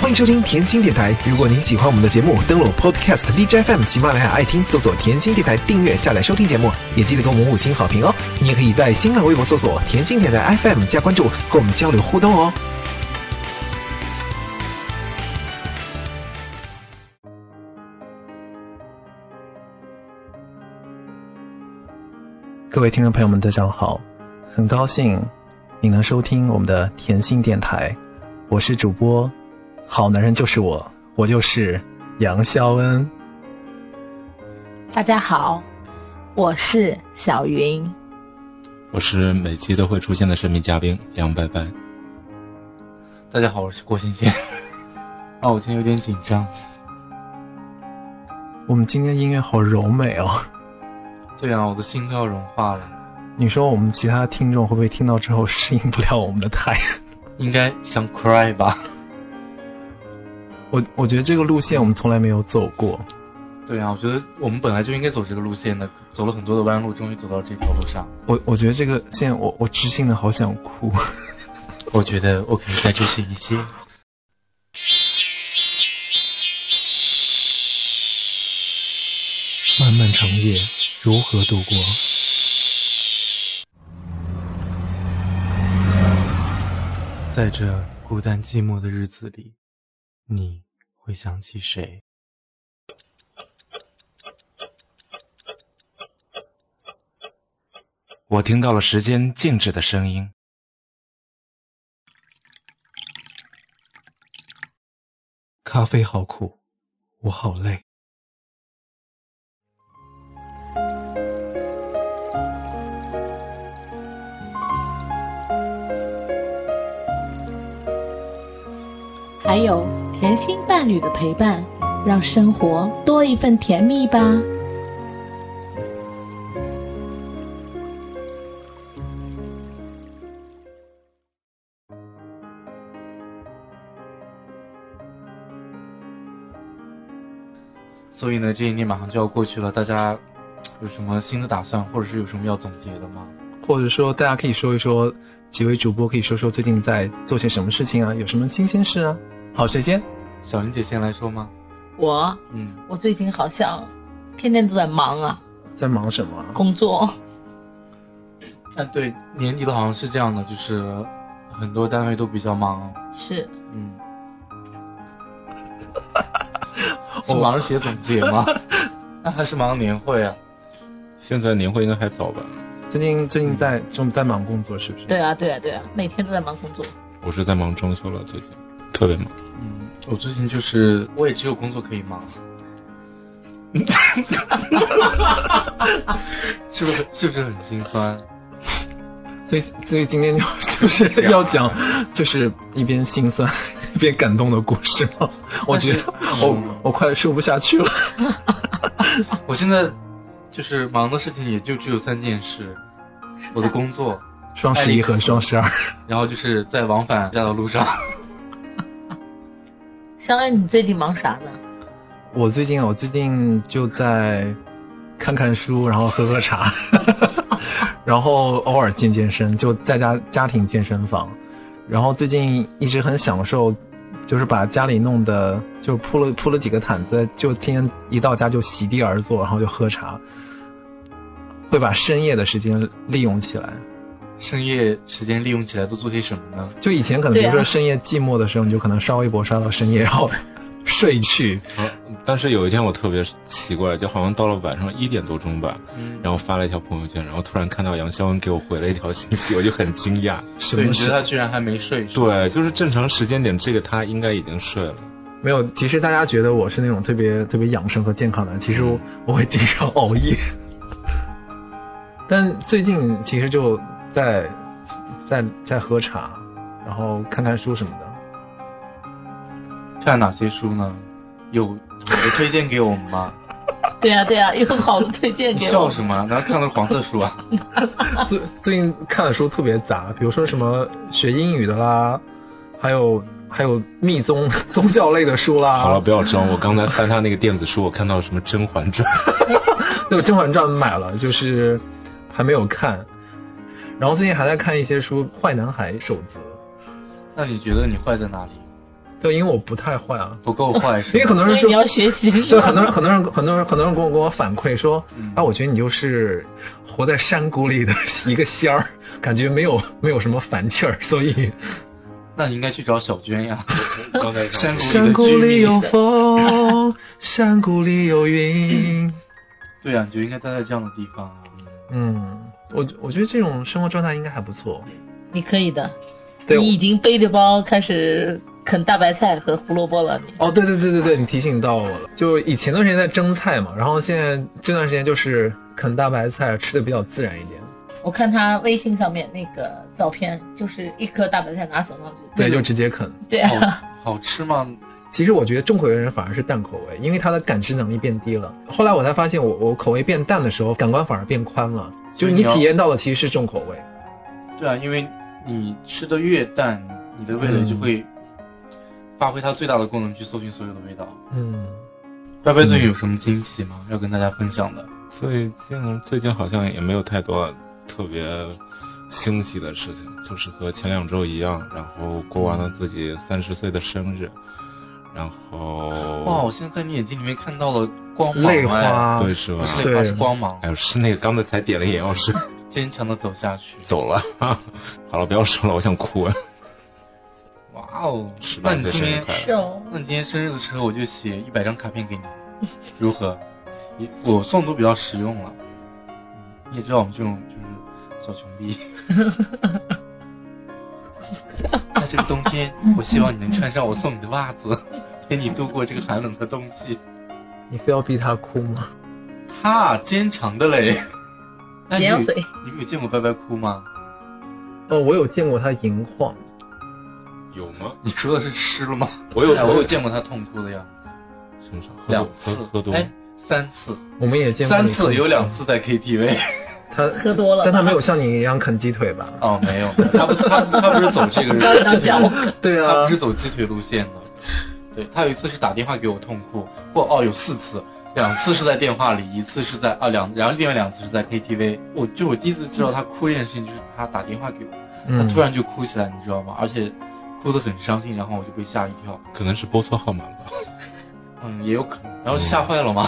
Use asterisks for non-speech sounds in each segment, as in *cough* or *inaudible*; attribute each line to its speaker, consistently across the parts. Speaker 1: 欢迎收听甜心电台。如果您喜欢我们的节目，登录 Podcast、荔枝 FM、喜马拉雅、爱听，搜索“甜心电台”，订阅下载收听节目，也记得给我们五星好评哦。你也可以在新浪微博搜索“甜心电台 FM” 加关注，和我们交流互动哦。
Speaker 2: 各位听众朋友们，大家好，很高兴你能收听我们的甜心电台，我是主播，好男人就是我，我就是杨肖恩。
Speaker 3: 大家好，我是小云。
Speaker 4: 我是每期都会出现的神秘嘉宾杨拜拜。
Speaker 5: 大家好，我是郭新 *laughs* 鲜。啊，我今天有点紧张。
Speaker 2: 我们今天音乐好柔美哦，
Speaker 5: 对啊，我的心都要融化了。
Speaker 2: 你说我们其他听众会不会听到之后适应不了我们的台？
Speaker 5: 应该想 cry 吧？
Speaker 2: *laughs* 我我觉得这个路线我们从来没有走过，
Speaker 5: 对啊，我觉得我们本来就应该走这个路线的，走了很多的弯路，终于走到这条路上。
Speaker 2: 我我觉得这个现在我我知性的好想哭。 *laughs*
Speaker 5: 我觉得我可以再知性一些。
Speaker 6: 漫漫长夜如何度过？
Speaker 5: 在这孤单寂寞的日子里，你会想起谁？
Speaker 4: 我听到了时间静止的声音，
Speaker 5: 咖啡好苦，我好累。
Speaker 3: 还有甜心伴侣的陪伴，让生活多一份甜蜜吧。
Speaker 5: 所以呢，这一年马上就要过去了，大家有什么新的打算，或者是有什么要总结的吗？
Speaker 2: 或者说大家可以说一说，几位主播可以说说最近在做些什么事情啊，有什么新鲜事啊？好，谁先？
Speaker 5: 小云姐先来说吗？
Speaker 3: 我
Speaker 5: 嗯，
Speaker 3: 我最近好像天天都在忙啊，
Speaker 2: 在忙什么啊？
Speaker 3: 工作。
Speaker 5: 但哎对年底了好像是这样的，就是很多单位都比较忙，
Speaker 3: 是
Speaker 5: 嗯。我忙着写总结吗？那还是忙年会啊。
Speaker 4: 现在年会应该还早吧？
Speaker 2: 最近最近在就在忙工作是不是？
Speaker 3: 对啊，对啊，对啊，每天都在忙工作。
Speaker 4: 我是在忙装修了，最近特别忙。
Speaker 5: 嗯，我最近就是我也只有工作可以忙。 *laughs* 是不是是不是很心酸？
Speaker 2: 所以所以今天就 *laughs* 就是啊要讲，就是一边心酸 *laughs* 一边感动的故事吗？我觉得我我快说不下去了。
Speaker 5: 我现在就是忙的事情也就只有三件事，我的工作，
Speaker 2: 双十一和双十二，
Speaker 5: 然后就是在往返家的路上。
Speaker 3: 肖恩，你最近忙啥呢？
Speaker 2: 我最近啊我最近就在看看书，然后喝喝
Speaker 5: *laughs*
Speaker 2: 茶，然后偶尔健健身，就在家家庭健身房。然后最近一直很享受，就是把家里弄得就铺了铺了几个毯子，就天天一到家就席地而坐，然后就喝茶，会把深夜的时间利用起来。
Speaker 5: 深夜时间利用起来都做些什么呢？
Speaker 2: 就以前可能比
Speaker 3: 对啊
Speaker 2: 如说深夜寂寞的时候，你就可能刷微博刷到深夜，然后睡去。
Speaker 4: 但是有一天我特别奇怪，就好像到了晚上一点多钟吧，
Speaker 5: 嗯
Speaker 4: 然后发了一条朋友圈，然后突然看到杨肖恩给我回了一条信息，我 *laughs* 就很惊讶。
Speaker 2: 什
Speaker 5: 对，
Speaker 2: 么
Speaker 5: 你觉
Speaker 2: 时
Speaker 5: 得
Speaker 2: 候
Speaker 5: 他居然还没睡？是吧
Speaker 4: 对，就是正常时间点，这个他应该已经睡了。
Speaker 2: 没有？其实大家觉得我是那种特别特别养生和健康的人，其实
Speaker 4: 嗯
Speaker 2: 我我会经常熬夜。 *laughs* 但最近其实就在在在喝茶，然后看看书什么
Speaker 4: *laughs*
Speaker 2: 的。
Speaker 5: 看哪些书呢？有好的推荐给我们吗？
Speaker 3: 对啊，对啊，有好的推荐
Speaker 5: 你
Speaker 3: 给我
Speaker 5: 笑。什么？难道看的是黄色书啊？
Speaker 2: 最最近看的书特别杂，比如说什么学英语的啦，还有还有密宗 *laughs* 宗教类的书啦。
Speaker 4: 好了，不要装，我刚才翻他那个电子书，我看到了什么《甄嬛传》 *laughs*
Speaker 2: 那个《甄嬛传》买了，就是还没有看。然后最近还在看一些书，《坏男孩守则》。
Speaker 5: 那你觉得你坏在哪里？
Speaker 2: 对，因为我不太会啊，
Speaker 5: 不够坏是
Speaker 2: 因为
Speaker 5: 吧？
Speaker 2: 很多人
Speaker 3: 所以
Speaker 2: 说
Speaker 3: 你要学习
Speaker 2: *laughs*
Speaker 3: 是
Speaker 2: 对，
Speaker 3: 吧
Speaker 2: 很多人，很多人，很多人，很多人跟我跟我反馈说
Speaker 5: 嗯，
Speaker 2: 啊，我觉得你就是活在山谷里的一个仙儿，感觉没有没有什么烦气儿，所以
Speaker 5: 那你应该去找小娟呀。
Speaker 4: 刚才
Speaker 5: 山谷
Speaker 2: 山谷里
Speaker 5: 里的居
Speaker 2: 有
Speaker 5: 民，
Speaker 2: 风，山谷里有云。
Speaker 5: 对呀、你就应该待在这样的地方啊。
Speaker 2: 嗯，我我觉得这种生活状态应该还不错。
Speaker 3: 你可以的，
Speaker 2: 对，
Speaker 3: 你已经背着包开始啃大白菜和胡萝卜了，你
Speaker 2: 哦，对对对对对，你提醒到我了。就以前段时间在蒸菜嘛，然后现在这段时间就是啃大白菜，吃的比较自然一点。
Speaker 3: 我看他微信上面那个照片，就是一颗大白菜拿手上去，
Speaker 2: 对，就哦直接啃。
Speaker 3: 对啊，
Speaker 5: 好吃吗？
Speaker 2: 其实我觉得重口味的人反而是淡口味，因为他的感知能力变低了。后来我才发现我，我口味变淡的时候，感官反而变宽了，就
Speaker 5: 所以
Speaker 2: 是
Speaker 5: 你
Speaker 2: 你
Speaker 5: 要
Speaker 2: 体验到的其实是重口味。
Speaker 5: 对啊，因为你吃的越淡，你的味蕾就会发挥它最大的功能去搜寻所有的味道。
Speaker 2: 嗯，
Speaker 5: 拜拜最近有什么惊喜吗？要跟大家分享的？
Speaker 4: 最近最近好像也没有太多特别欣喜的事情，就是和前两周一样，然后过完了自己三十岁的生日，然
Speaker 5: 哇，
Speaker 4: 后
Speaker 5: 我现在在你眼睛里面看到了光芒、哎，
Speaker 2: 泪花，
Speaker 4: 对是吧
Speaker 5: 不？是泪啊花，
Speaker 2: 对
Speaker 5: 是光芒
Speaker 4: 哎，呦，是那个刚才才点了眼药水，
Speaker 5: 坚强的走下去。
Speaker 4: 走了。 *laughs* 好了，不要说了，我想哭啊。
Speaker 5: 哇哦
Speaker 4: 十，八
Speaker 5: 那你今
Speaker 4: 岁生日
Speaker 5: 天，
Speaker 4: 快
Speaker 3: 是
Speaker 4: 乐！
Speaker 3: 哦，
Speaker 5: 那你今天生日的时候，我就写一百张卡片给你，如何？你我送都比较实用了。你也知道我们这种就是小穷逼。在这个冬天，我希望你能穿上我送你的袜子，陪你度过这个寒冷的冬季。
Speaker 2: 你非要逼他哭吗？
Speaker 5: 哈，坚强的嘞。那你
Speaker 3: 眼
Speaker 5: 有
Speaker 3: 药水，
Speaker 5: 你们有见过白白哭吗？
Speaker 2: 哦，我有见过他盈眶，
Speaker 4: 有吗？
Speaker 5: 你说的是吃了吗？
Speaker 4: 我有
Speaker 5: 对啊 *laughs* 我有见过他痛哭的样子，
Speaker 4: 什么时候？喝
Speaker 5: 两
Speaker 4: 多
Speaker 5: 次
Speaker 4: 喝喝，多
Speaker 5: 哎，三次，
Speaker 2: 我们也见过
Speaker 5: 三
Speaker 2: 你
Speaker 5: 次
Speaker 2: 哭
Speaker 5: 有两次
Speaker 2: *laughs*
Speaker 5: 在 KTV。
Speaker 2: 他
Speaker 3: *laughs* 喝多了吧，
Speaker 2: 但他没有像你一样啃鸡腿吧？
Speaker 5: 哦，没有，他不他他不是走这
Speaker 2: *laughs*
Speaker 5: 个
Speaker 3: 刚刚
Speaker 5: 鸡腿
Speaker 3: 讲
Speaker 5: 路，
Speaker 2: 对
Speaker 5: 他
Speaker 2: 啊
Speaker 5: 不是，走鸡腿路线的。对他有一次是打电话给我痛哭，或哦有四次，两次是在电话里，一次是在啊两，然后另外两次是在 KTV。我就我第一次知道他哭这件事情，就是他打电话给我，他
Speaker 2: 嗯
Speaker 5: 突然就哭起来，你知道吗？而且哭得很伤心，然后我就被吓一跳，
Speaker 4: 可能是拨错号码吧。 *laughs*
Speaker 5: 嗯，也有可能，然后就吓坏了嘛。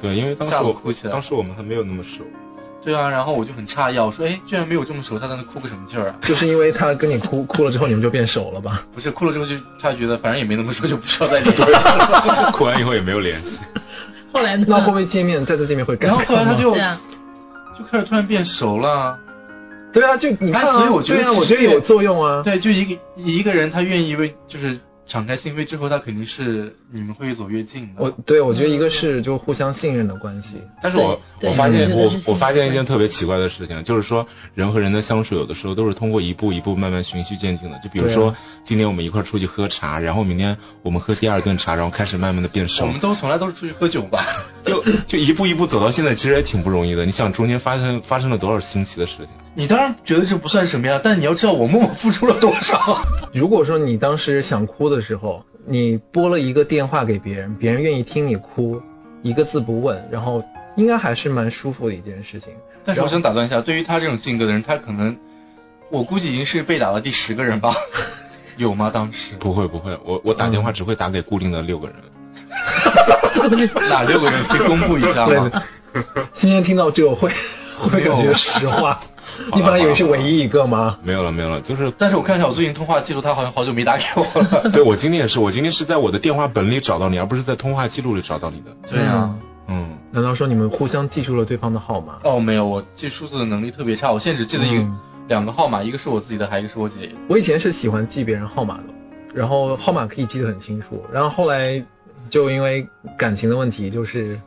Speaker 4: 对，因为当时
Speaker 5: 吓得
Speaker 4: 我
Speaker 5: 哭起来
Speaker 4: 当时我们还没有那么熟。 *laughs*
Speaker 5: 对啊，然后我就很诧异啊，我说哎，居然没有这么熟，他在那哭个什么劲儿啊？
Speaker 2: 就是因为他跟你哭 *laughs* 哭了之后，你们就变熟了吧？
Speaker 5: 不是哭了之后就他觉得反正也没那么熟，就不需要再 *laughs* 联系了。
Speaker 4: 哭完以后也没有联系。
Speaker 3: 后来呢？
Speaker 2: 那会不会见面再次见面会尴尬
Speaker 5: 然
Speaker 2: 吗？
Speaker 5: 后后来他就
Speaker 3: 对啊，
Speaker 5: 就开始突然变熟了。
Speaker 2: 对啊，就你看、啊，
Speaker 5: 哎所以我觉得
Speaker 2: 对啊，
Speaker 5: 其实
Speaker 2: 我觉得有作用啊。
Speaker 5: 对，就一个一个人，他愿意为就是敞开心扉之后，他肯定是你们会越走越近的。
Speaker 2: 我对我觉得一个是就互相信任的关系，
Speaker 4: 但是我
Speaker 3: 对对
Speaker 4: 我发现
Speaker 3: 我觉得
Speaker 4: 我
Speaker 3: 是
Speaker 4: 我发现一
Speaker 3: 幸
Speaker 4: 件
Speaker 3: 福
Speaker 4: 特别奇怪的事情，就是说人和人的相处有的时候都是通过一步一步慢慢循序渐进的。就比如
Speaker 2: 对啊
Speaker 4: 说今天我们一块儿出去喝茶，然后明天我们喝第二顿茶，然后开始慢慢的变
Speaker 5: 我
Speaker 4: 熟
Speaker 5: 们，都从来都是出去喝酒吧？
Speaker 4: 就就一步一步走到现在，其实也挺不容易的。你想中间发生发生了多少新奇的事情？
Speaker 5: *laughs* 你当然觉得这不算什么呀，但你要知道我默默付出了多少。
Speaker 2: 如果说你当时想哭的时候，你拨了一个电话给别人，别人愿意听你哭，一个字不问，然后应该还是蛮舒服的一件事
Speaker 5: *laughs*
Speaker 2: 情。
Speaker 5: *laughs* 但是我想打断一下，对于他这种性格的人，他可能我估计已经是被打的第十个人吧？ *laughs* 有吗？当时
Speaker 4: 不会不会，我我打
Speaker 3: 嗯
Speaker 4: 电话只会打给固定的六个人。
Speaker 5: *laughs* 哪六个人可以公布一下
Speaker 2: 对
Speaker 5: 吗？，
Speaker 2: 今天听到这我会
Speaker 5: *laughs*
Speaker 2: 会感觉实话，你本来以为是唯一一个吗？
Speaker 4: 没有了没有了，就是
Speaker 5: 但是我看一下我最近通话记录，他好像好久没打给我
Speaker 4: *laughs*
Speaker 5: 了。
Speaker 4: 对我今天也是，我今天是在我的电话本里找到你，而不是在通话记录里找到你的。
Speaker 5: *laughs* 对啊呀、
Speaker 4: 嗯，
Speaker 2: 难道说你们互相记住了对方的号码？
Speaker 5: 哦，没有，我记数字的能力特别差，我现在只记得一个、
Speaker 2: 嗯
Speaker 5: 两个号码，一个是我自己的，还有一个是我姐姐的。
Speaker 2: 我以前是喜欢记别人号码的，然后号码可以记得很清楚，然后后来就因为感情的问题，就是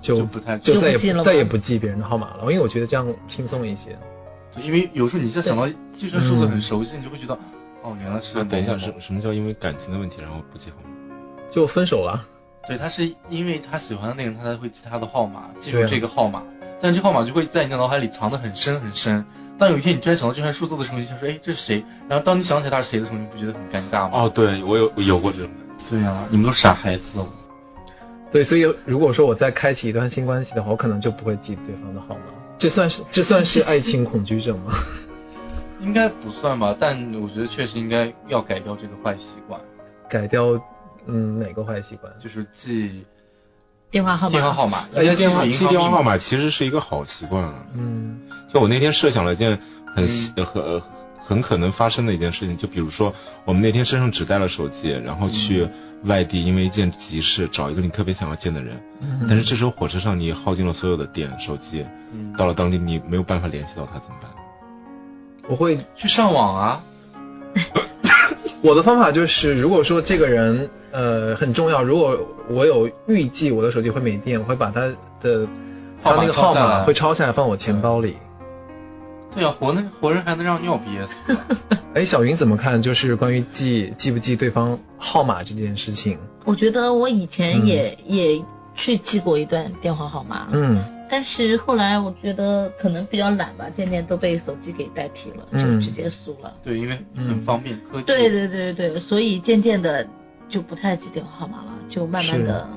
Speaker 2: 就
Speaker 5: 就不太
Speaker 2: 就再
Speaker 3: 就不记
Speaker 2: 也
Speaker 3: 了吗
Speaker 2: 再也不记别人的号码了，因为我觉得这样轻松一些。
Speaker 5: 对，因为有时候你现在想到这串数字很熟悉，你就会觉得，哦，原来是某某
Speaker 4: 那
Speaker 5: 某。
Speaker 4: 等一下，什什么叫因为感情的问题然后不记号码？
Speaker 2: 就分手了，
Speaker 5: 对，他是因为他喜欢的那个人，他才会记他的号码，记住
Speaker 2: 对啊
Speaker 5: 这个号码。但这号码就会在你的脑海里藏得很深很深。当有一天你突然想到这串数字的时候，你就想说，哎，这是谁？然后当你想起来他是谁的时候，你不觉得很尴尬吗？
Speaker 4: 哦，对我有我有过这种感觉。
Speaker 5: 对啊，你们都是傻孩子哦。
Speaker 2: 对，所以如果说我再开启一段新关系的话，我可能就不会记对方的号码。这算是这算是爱情恐惧症吗？ *laughs*
Speaker 5: 应该不算吧，但我觉得确实应该要改掉这个坏习惯。
Speaker 2: 改掉嗯哪个坏习惯？
Speaker 5: 就是记
Speaker 3: 电话号码，
Speaker 5: 电话号码，
Speaker 4: 而且电话记
Speaker 5: 记
Speaker 4: 电话号
Speaker 5: 码，
Speaker 4: 码其实是一个好习惯啊。
Speaker 2: 嗯
Speaker 4: 就我那天设想了一件很、
Speaker 5: 嗯
Speaker 4: 很很可能发生的一件事情，就比如说我们那天身上只带了手机，然后去外地因为一件急事找一个你特别想要见的人，
Speaker 2: 嗯
Speaker 4: 但是这时候火车上你耗尽了所有的电、手机，
Speaker 5: 嗯，
Speaker 4: 到了当地你没有办法联系到他怎么办？
Speaker 2: 我会
Speaker 5: 去上网啊，
Speaker 2: 我的方法就是，如果说这个人呃很重要，如果我有预计我的手机会没电，我会把他的他
Speaker 5: 号码
Speaker 2: 那个
Speaker 5: 抄
Speaker 2: 号
Speaker 5: 下
Speaker 2: 码
Speaker 5: 来
Speaker 2: 会抄下来放我钱包里。
Speaker 5: 对啊，活那活人还能让尿憋死啊，
Speaker 2: 哎，小云怎么看？就是关于记记不记对方号码这件事情？
Speaker 7: 我觉得我以前
Speaker 2: 嗯
Speaker 7: 也、也去记过一段电话号码，
Speaker 2: 嗯
Speaker 7: 但是后来我觉得可能比较懒吧，渐渐都被手机给代替了，
Speaker 2: 嗯
Speaker 7: 就直接输了。
Speaker 5: 对，因为很
Speaker 2: 嗯
Speaker 5: 方便，科技，
Speaker 7: 对对对对，所以渐渐的就不太记电话号码了，就慢慢的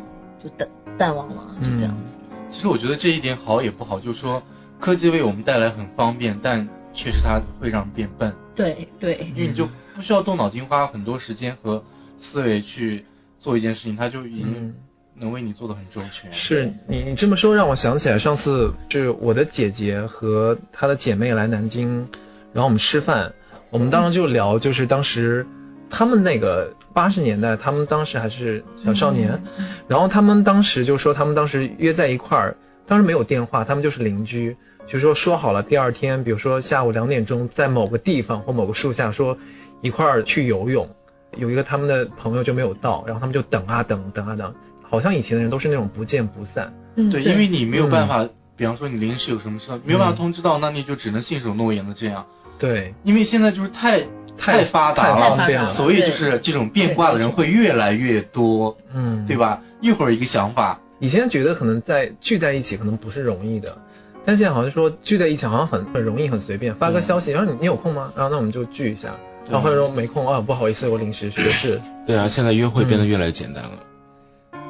Speaker 7: 就淡淡忘了，就这样子。
Speaker 5: 其实我觉得这一点好也不好，就是说科技为我们带来很方便，但确实它会让人变笨，
Speaker 7: 对对
Speaker 5: 因为你就不需要动脑筋，花很多时间和思维去做一件事情，它就已经
Speaker 2: 嗯，
Speaker 5: 能为你做的很周全。
Speaker 2: 是你你这么说让我想起来，上次是我的姐姐和她的姐妹来南京，然后我们吃饭，我们当时就聊，就是当时他们那个八十年代，他们当时还是小少年。然后他们当时就说，他们当时约在一块儿，当时没有电话，他们就是邻居，就说说好了第二天，比如说下午两点钟，在某个地方或某个树下说一块儿去游泳。有一个他们的朋友就没有到，然后他们就等啊等，等啊等，好像以前的人都是那种不见不散。
Speaker 7: 嗯
Speaker 5: 对，因为你没有办法，比方说你临时有什么事，没有办法通知到，那你就只能信守诺言的这样。
Speaker 2: 对，
Speaker 5: 因为现在就是太
Speaker 2: 太
Speaker 5: 发达
Speaker 2: 太
Speaker 7: 方便
Speaker 5: 了，
Speaker 7: 了
Speaker 5: 所以就是这种变卦的人会越来越多，
Speaker 2: 嗯，
Speaker 5: 对？吧？一会儿一个想法，
Speaker 2: 以前觉得可能在聚在一起可能不是容易的，但现在好像说聚在一起好像很很容易很随便，发个
Speaker 5: 嗯
Speaker 2: 消息，然后你你有空吗？然后那我们就聚一下，
Speaker 5: 对
Speaker 2: 然后说没空啊，不好意思，我临时有事。
Speaker 4: 对啊，现在约会变得越来越简单了。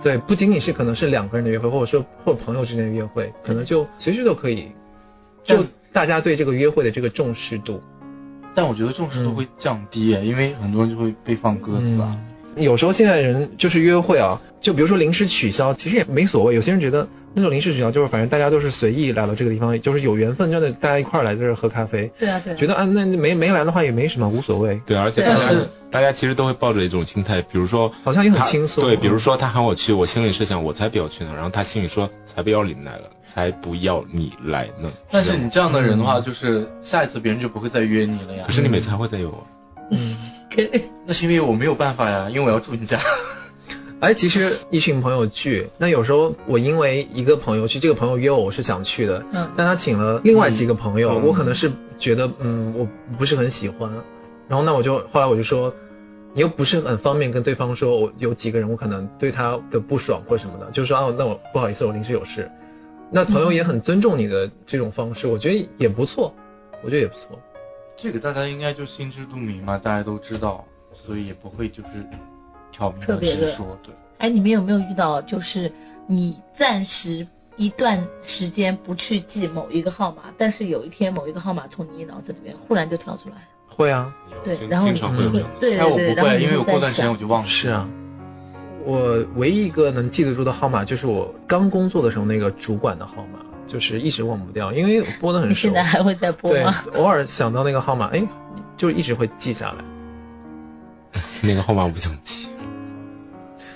Speaker 2: 对，不仅仅是可能是两个人的约会，或者说或者朋友之间的约会，可能就随时都可以，就
Speaker 5: 但
Speaker 2: 大家对这个约会的这个重视度。
Speaker 5: 但我觉得重视度会降低，因为很多人就会被放鸽子啊。
Speaker 2: 有时候现在人就是约会啊，就比如说临时取消，其实也没所谓。有些人觉得那种临时取消就是反正大家都是随意来到这个地方，就是有缘分，真的大家一块儿来在这儿喝咖啡，
Speaker 7: 对啊对啊，
Speaker 2: 觉得啊那没没来的话也没什么，无所谓，
Speaker 4: 对，而且
Speaker 7: 对
Speaker 4: 大家
Speaker 5: 但是
Speaker 4: 大家其实都会抱着一种心态，比如说
Speaker 2: 好像也很
Speaker 4: 他
Speaker 2: 轻松。
Speaker 4: 对，比如说他喊我去，我心里是想我才不要去呢，然后他心里说才不要你来了，才不要你来呢。
Speaker 5: 但
Speaker 4: 这
Speaker 5: 是
Speaker 4: 样
Speaker 5: 你这样的人的话，就是下一次别人就不会再约你了呀
Speaker 4: 可。是你每次还会再有我，
Speaker 5: 那是因为我没有办法呀，因为我要住你家。 *laughs*
Speaker 2: 哎，其实一群朋友聚，那有时候我因为一个朋友去，这个朋友约我，我是想去的，
Speaker 7: *laughs* 嗯
Speaker 2: 但他请了另外几个朋友，
Speaker 5: 嗯
Speaker 2: 我可能是觉得嗯，我不是很喜欢，然后那我就后来我就说，你又不是很方便跟对方说我有几个人，我可能对他的不爽或什么的，就说啊，那我不好意思，我临时有事。那朋友也很尊重你的这种方式，我觉得也不错，我觉得也不错。
Speaker 5: 这个大家应该就心知肚明嘛，大家都知道，所以也不会就是挑明
Speaker 7: 特
Speaker 5: 了
Speaker 7: 别
Speaker 5: 直
Speaker 7: 的
Speaker 5: 说。对，
Speaker 7: 哎，你们有没有遇到就是你暂时一段时间不去记某一个号码，但是有一天某一个号码从你脑子里面忽然就跳出来？
Speaker 2: 会啊，
Speaker 7: 对
Speaker 4: 经
Speaker 7: 然后
Speaker 4: 经
Speaker 7: 你
Speaker 4: 常会有这
Speaker 7: 会
Speaker 4: 样的。
Speaker 7: 对
Speaker 5: 但我
Speaker 7: 对对，
Speaker 5: 不
Speaker 7: 然后
Speaker 5: 会，
Speaker 7: 你
Speaker 5: 因为
Speaker 7: 就
Speaker 5: 我过
Speaker 7: 在
Speaker 5: 段时间
Speaker 7: 想
Speaker 5: 我，就忘了。
Speaker 2: 是啊，我唯一一个能记得住的号码就是我刚工作的时候那个主管的号码，就是一直忘不掉，因为我拨的很
Speaker 7: 你
Speaker 2: 熟
Speaker 7: 现。在还会再播
Speaker 2: 对
Speaker 7: 吗？，
Speaker 2: 偶尔想到那个号码，哎，就一直会记下来。
Speaker 4: 那个号码我不想记，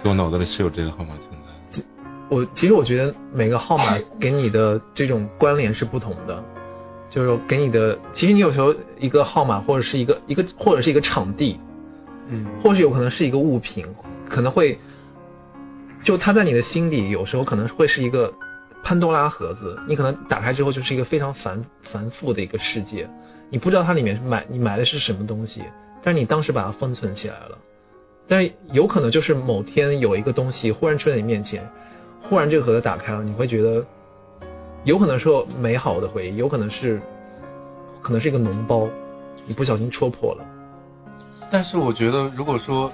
Speaker 4: 就我脑子里是有这个号码存在。
Speaker 2: 我其实我觉得每个号码给你的这种关联是不同的，就是给你的，其实你有时候一个号码或者是一个一个或者是一个场地，
Speaker 5: 嗯，
Speaker 2: 或是有可能是一个物品，可能会，就它在你的心里，有时候可能会是一个潘多拉盒子，你可能打开之后就是一个非常繁繁复的一个世界，你不知道它里面是买你买的是什么东西，但是你当时把它封存起来了，但是有可能就是某天有一个东西忽然出现在你面前，忽然这个盒子打开了，你会觉得，有可能是有美好的回忆，有可能是，可能是一个脓包，你不小心戳破了。
Speaker 5: 但是我觉得如果说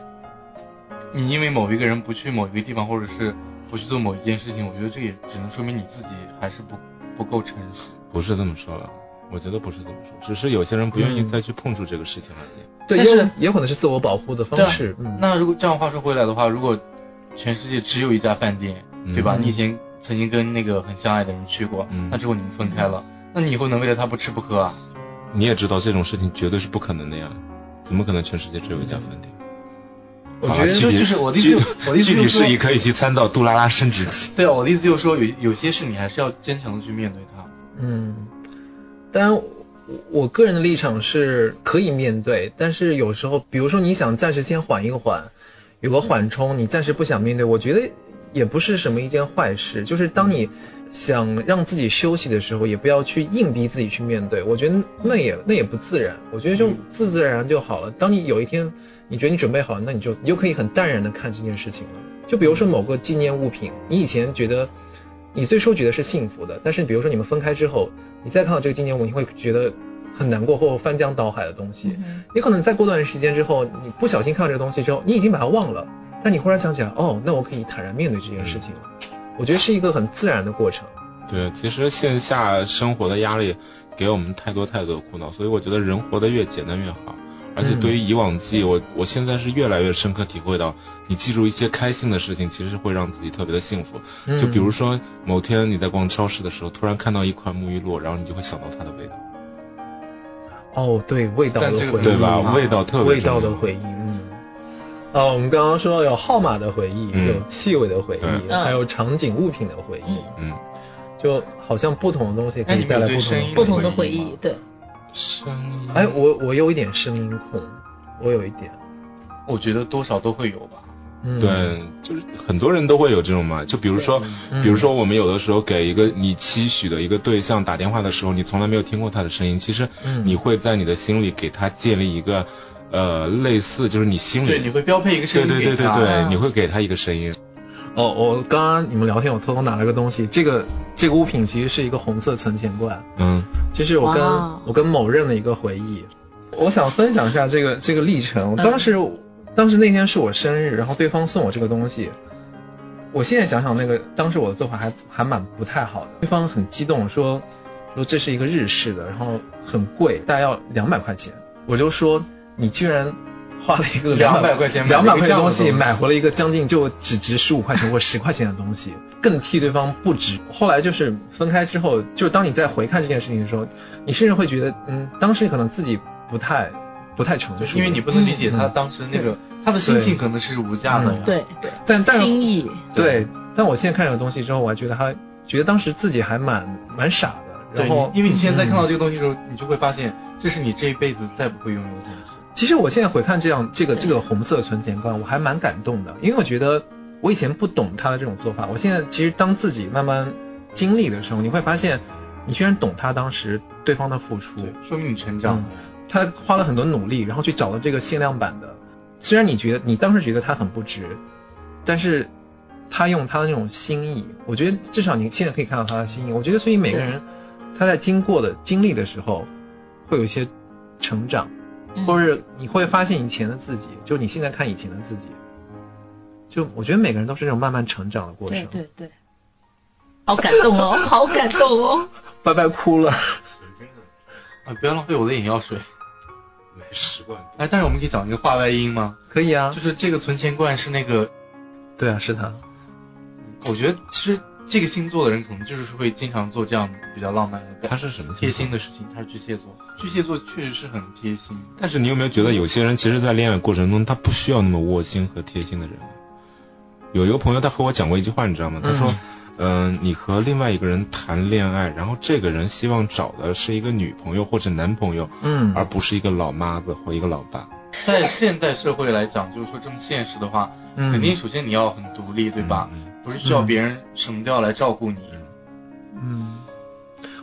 Speaker 5: 你因为某一个人不去某一个地方，或者是不去做某一件事情，我觉得这也只能说明你自己还是不不够成熟。
Speaker 4: 不是这么说了，我觉得不是这么说，只是有些人不愿意再去碰触这个事情而已。
Speaker 2: 对，
Speaker 5: 但
Speaker 2: 也
Speaker 5: 是
Speaker 2: 有也有可能是自我保护的
Speaker 5: 对
Speaker 2: 方
Speaker 5: 啊
Speaker 2: 式。嗯，
Speaker 5: 那如果这样话说回来的话，如果全世界只有一家饭店，对吧？
Speaker 2: 嗯
Speaker 5: 你以前曾经跟那个很相爱的人去过，
Speaker 4: 嗯
Speaker 5: 那之后你们分开了，那你以后能为了他不吃不喝啊？
Speaker 4: 你也知道这种事情绝对是不可能的呀，怎么可能全世界只有一家饭店？
Speaker 5: 我
Speaker 4: 好
Speaker 5: 觉
Speaker 4: 了
Speaker 5: 得
Speaker 4: 距
Speaker 5: 就
Speaker 4: 离
Speaker 5: 就是我的意
Speaker 4: 距
Speaker 5: 思我的意思
Speaker 4: 距
Speaker 5: 就是
Speaker 4: 离
Speaker 5: 说
Speaker 4: 是一可以去参照杜拉拉生殖器。
Speaker 5: 对啊，我的意思就是说，有有些事你还是要坚强的去面对它。
Speaker 2: 嗯，当然，我我个人的立场是可以面对，但是有时候，比如说你想暂时先缓一缓，有个缓冲，你暂时不想面对，我觉得也不是什么一件坏事。就是当你想让自己休息的时候，也不要去硬逼自己去面对，我觉得那也那也不自然。我觉得就
Speaker 5: 嗯
Speaker 2: 自自然然就好了。当你有一天你觉得你准备好了，那你就你就可以很淡然的看这件事情了。就比如说某个纪念物品，你以前觉得你最初觉得是幸福的，但是比如说你们分开之后，你再看到这个纪念物，你会觉得很难过或翻江倒海的东西。
Speaker 7: 嗯
Speaker 2: 你可能在过段时间之后，你不小心看到这个东西之后，你已经把它忘了，但你忽然想起来，哦，那我可以坦然面对这件事情了。我觉得是一个很自然的过程。
Speaker 4: 对，其实线下生活的压力给我们太多太多的苦恼，所以我觉得人活得越简单越好。而
Speaker 2: 嗯
Speaker 4: 且对于以往记忆，我我现在是越来越深刻体会到，你记住一些开心的事情，其实会让自己特别的幸福。
Speaker 2: 嗯
Speaker 4: 就比如说某天你在逛超市的时候，突然看到一款沐浴露，然后你就会想到它的味道，
Speaker 2: 哦，对，味道的
Speaker 5: 但这个
Speaker 2: 回忆，啊
Speaker 4: 对吧？
Speaker 5: 嗯
Speaker 4: 味道特别
Speaker 2: 味道的回
Speaker 4: 忆。
Speaker 2: 忆，嗯。呃，我们刚刚说有号码的回忆，
Speaker 4: 嗯
Speaker 2: 有气味的回忆，
Speaker 4: 对
Speaker 7: 嗯
Speaker 2: 还有场景物品的回忆，
Speaker 7: 嗯
Speaker 4: 嗯，
Speaker 2: 就好像不同的东西可
Speaker 5: 哎
Speaker 2: 以
Speaker 5: 你们
Speaker 2: 带来
Speaker 5: 对
Speaker 2: 不
Speaker 5: 声
Speaker 2: 同
Speaker 5: 音
Speaker 7: 不
Speaker 2: 的
Speaker 7: 同的
Speaker 5: 回
Speaker 7: 回
Speaker 5: 忆
Speaker 7: 忆，对，
Speaker 4: 声音。
Speaker 2: 哎，我我有一点声音控，我有一点，
Speaker 5: 我觉得多少都会有吧。
Speaker 2: 嗯，
Speaker 4: 对，就是很多人都会有这种嘛，就比如说，
Speaker 2: 嗯
Speaker 4: 比如说我们有的时候给一个你期许的一个对象打电话的时候，你从来没有听过他的声音，其实
Speaker 2: 嗯
Speaker 4: 你会在你的心里给他建立一个，呃，类似就是你心里
Speaker 5: 对，你会标配一个声
Speaker 4: 对
Speaker 5: 音
Speaker 4: 对
Speaker 5: 给
Speaker 4: 对对
Speaker 5: 他
Speaker 4: 对，你会给他一个声音，
Speaker 2: 哦，我刚刚你们聊天，我偷偷拿了个东西，这个这个物品其实是一个红色存钱罐，
Speaker 4: 嗯，
Speaker 2: 这是我跟
Speaker 7: 哇哦
Speaker 2: 我跟某任的一个回忆。我想分享一下这个这个历程。
Speaker 7: 嗯
Speaker 2: 当时、当时那天是我生日，然后对方送我这个东西。我现在想想，那个当时我的做法还还蛮不太好的。对方很激动说说这是一个日式的，然后很贵，大概要两百块钱。我就说你居然花了一个
Speaker 5: 200块钱买了
Speaker 2: 两
Speaker 5: 一
Speaker 2: 百块钱东
Speaker 5: 个这样的
Speaker 2: 西，
Speaker 5: 东西
Speaker 2: 买回了一个将近就只值十五块钱或十块钱的东西，更替对方不值。后来就是分开之后，就是当你再回看这件事情的时候，你甚至会觉得，嗯，当时可能自己不太不太成
Speaker 5: 就是
Speaker 2: 熟，
Speaker 5: 因为你不能理解他当时那个他的心境可能是无啊价的呀。
Speaker 7: 对对，
Speaker 2: 但但
Speaker 7: 心意，
Speaker 2: 对，但我现在看这个东西之后，我还觉得他觉得当时自己还蛮蛮傻的，
Speaker 5: 对，
Speaker 2: 然后
Speaker 5: 你因为你现在看到这个东西的时候，你就会发现这是你这一辈子再不会拥有的东西。
Speaker 2: 其实我现在回看这样这个
Speaker 7: 对
Speaker 2: 这个红色存钱罐，我还蛮感动的，因为我觉得我以前不懂他的这种做法，我现在其实当自己慢慢经历的时候，你会发现，你居然懂他当时对方的付出，
Speaker 5: 对，说明你成长了。
Speaker 2: 他花了很多努力，然后去找到这个限量版的。虽然你觉得你当时觉得它很不值，但是他用他的那种心意，我觉得至少你现在可以看到他的心意。我觉得，所以每个人他在经过的经历的时候，会有一些成长。
Speaker 7: 嗯
Speaker 2: 或者你会发现以前的自己，就你现在看以前的自己，就我觉得每个人都是这种慢慢成长的过
Speaker 7: 对
Speaker 2: 程。
Speaker 7: 对对，好感动哦，好感动哦，
Speaker 2: 拜拜哭了。
Speaker 5: 啊，不要浪费我的眼药水。
Speaker 4: 买十罐多，
Speaker 5: 哎，但是我们可以讲一个话外音吗？
Speaker 2: 可以啊
Speaker 5: 就，是这个存钱罐是那个，
Speaker 2: 对啊，是他。
Speaker 5: 我觉得其实这个星座的人可能就是会经常做这样比较浪漫的、
Speaker 4: 他是什么
Speaker 5: 贴心？的事情。他是巨蟹座，巨蟹座确实是很贴心。
Speaker 4: 但是你有没有觉得有些人其实，在恋爱过程中他不需要那么窝心和贴心的人？啊有一个朋友他和我讲过一句话，你知道吗？他说，嗯、你和另外一个人谈恋爱，然后这个人希望找的是一个女朋友或者男朋友，
Speaker 2: 嗯
Speaker 5: 啊
Speaker 4: 而不是一个老妈子或一个老爸。
Speaker 5: 在现代社会来讲，就是说这么现实的话，
Speaker 2: 嗯
Speaker 5: 肯定首先你要很独立，对吧？
Speaker 4: 嗯
Speaker 5: 不是需要别人什么都要来照顾你。
Speaker 2: 嗯，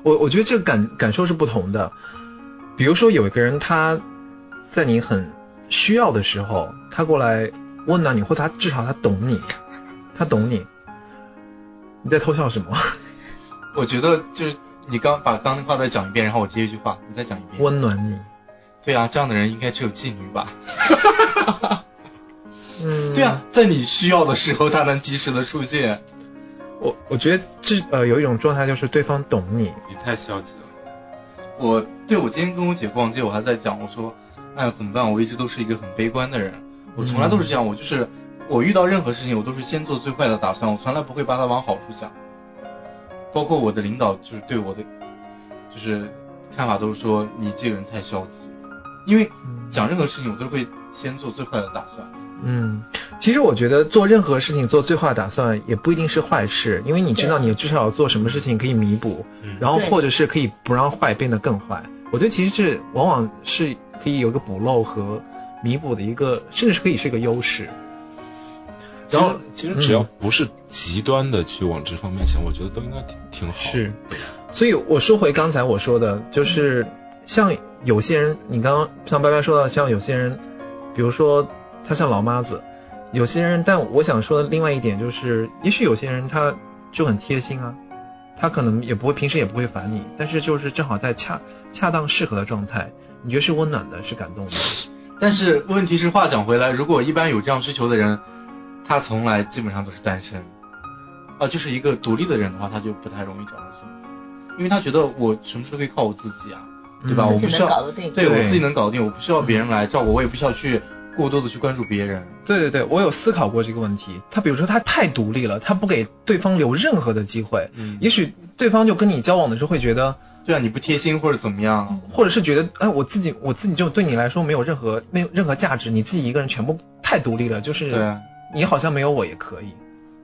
Speaker 2: 我我觉得这个感感受是不同的。比如说有一个人他在你很需要的时候，他过来温暖你，或他至少他懂你，他懂你。你在偷笑什么？
Speaker 5: 我觉得就是你刚把刚才话再讲一遍，然后我接一句话，你再讲一遍。
Speaker 2: 温暖你。
Speaker 5: 对啊，这样的人应该只有妓女吧？
Speaker 2: 嗯，
Speaker 5: 对啊，在你需要的时候，他能及时的出现。
Speaker 2: 我我觉得这呃有一种状态就是对方懂你，
Speaker 4: 你太消极了。
Speaker 5: 我对我今天跟我姐逛街，我还在讲，我说，哎呀怎么办？我一直都是一个很悲观的人，我从来都是这样，我就是我遇到任何事情，我都是先做最坏的打算，我从来不会把它往好处想。包括我的领导就是对我的就是看法都是说你这个人太消极，因为讲任何事情我都会先做最坏的打算。
Speaker 2: 嗯，其实我觉得做任何事情做最坏的打算也不一定是坏事，因为你知道你至少要做什么事情可以弥补，
Speaker 4: 嗯
Speaker 2: 然后
Speaker 7: 对
Speaker 2: 或者是可以不让坏变得更坏。我觉得其实这往往是可以有一个补漏和弥补的一个，甚至是可以是一个优势。
Speaker 4: 其
Speaker 2: 然
Speaker 4: 实
Speaker 2: 后
Speaker 4: 其实只要
Speaker 2: 嗯
Speaker 4: 不是极端的去往这方面想，我觉得都应该挺挺好。
Speaker 2: 是，所以我说回刚才我说的，就是像有些人，你刚刚像白白说到，像有些人，比如说他像老妈子，有些人，但我想说的另外一点就是，也许有些人他就很贴心啊，他可能也不会平时也不会烦你，但是就是正好在恰恰当适合的状态，你觉得是温暖的，是感动的，
Speaker 5: 但是问题是，话讲回来，如果一般有这样需求的人，他从来基本上都是单身，啊、就是一个独立的人的话，他就不太容易找到幸福，因为他觉得我什么时候可以靠我自己啊，对吧？
Speaker 2: 嗯
Speaker 5: 我
Speaker 7: 自
Speaker 5: 不
Speaker 7: 己
Speaker 5: 需
Speaker 7: 能搞
Speaker 5: 要，
Speaker 7: 得定。
Speaker 5: 对我
Speaker 2: 对嗯
Speaker 5: 自己能搞定，我不需要别人来照顾，我也不需要去过多的去关注别人。
Speaker 2: 对对对，我有思考过这个问题。他比如说他太独立了，他不给对方留任何的机会，
Speaker 5: 嗯
Speaker 2: 也许对方就跟你交往的时候会觉得。
Speaker 5: 对啊，你不贴心或者怎么样，
Speaker 2: 或者是觉得，哎，我自己我自己就对你来说没有任何没有任何价值，你自己一个人全部太独立了，就是
Speaker 5: 对啊
Speaker 2: 你好像没有我也可以。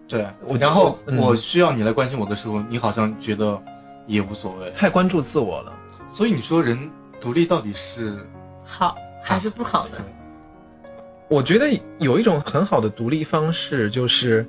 Speaker 5: 对啊
Speaker 2: 我，
Speaker 5: 然后
Speaker 2: 嗯
Speaker 5: 我需要你来关心我的时候，你好像觉得也无所谓。
Speaker 2: 太关注自我了，
Speaker 5: 所以你说人独立到底是
Speaker 7: 好还是不好的？
Speaker 2: 我觉得有一种很好的独立方式就是，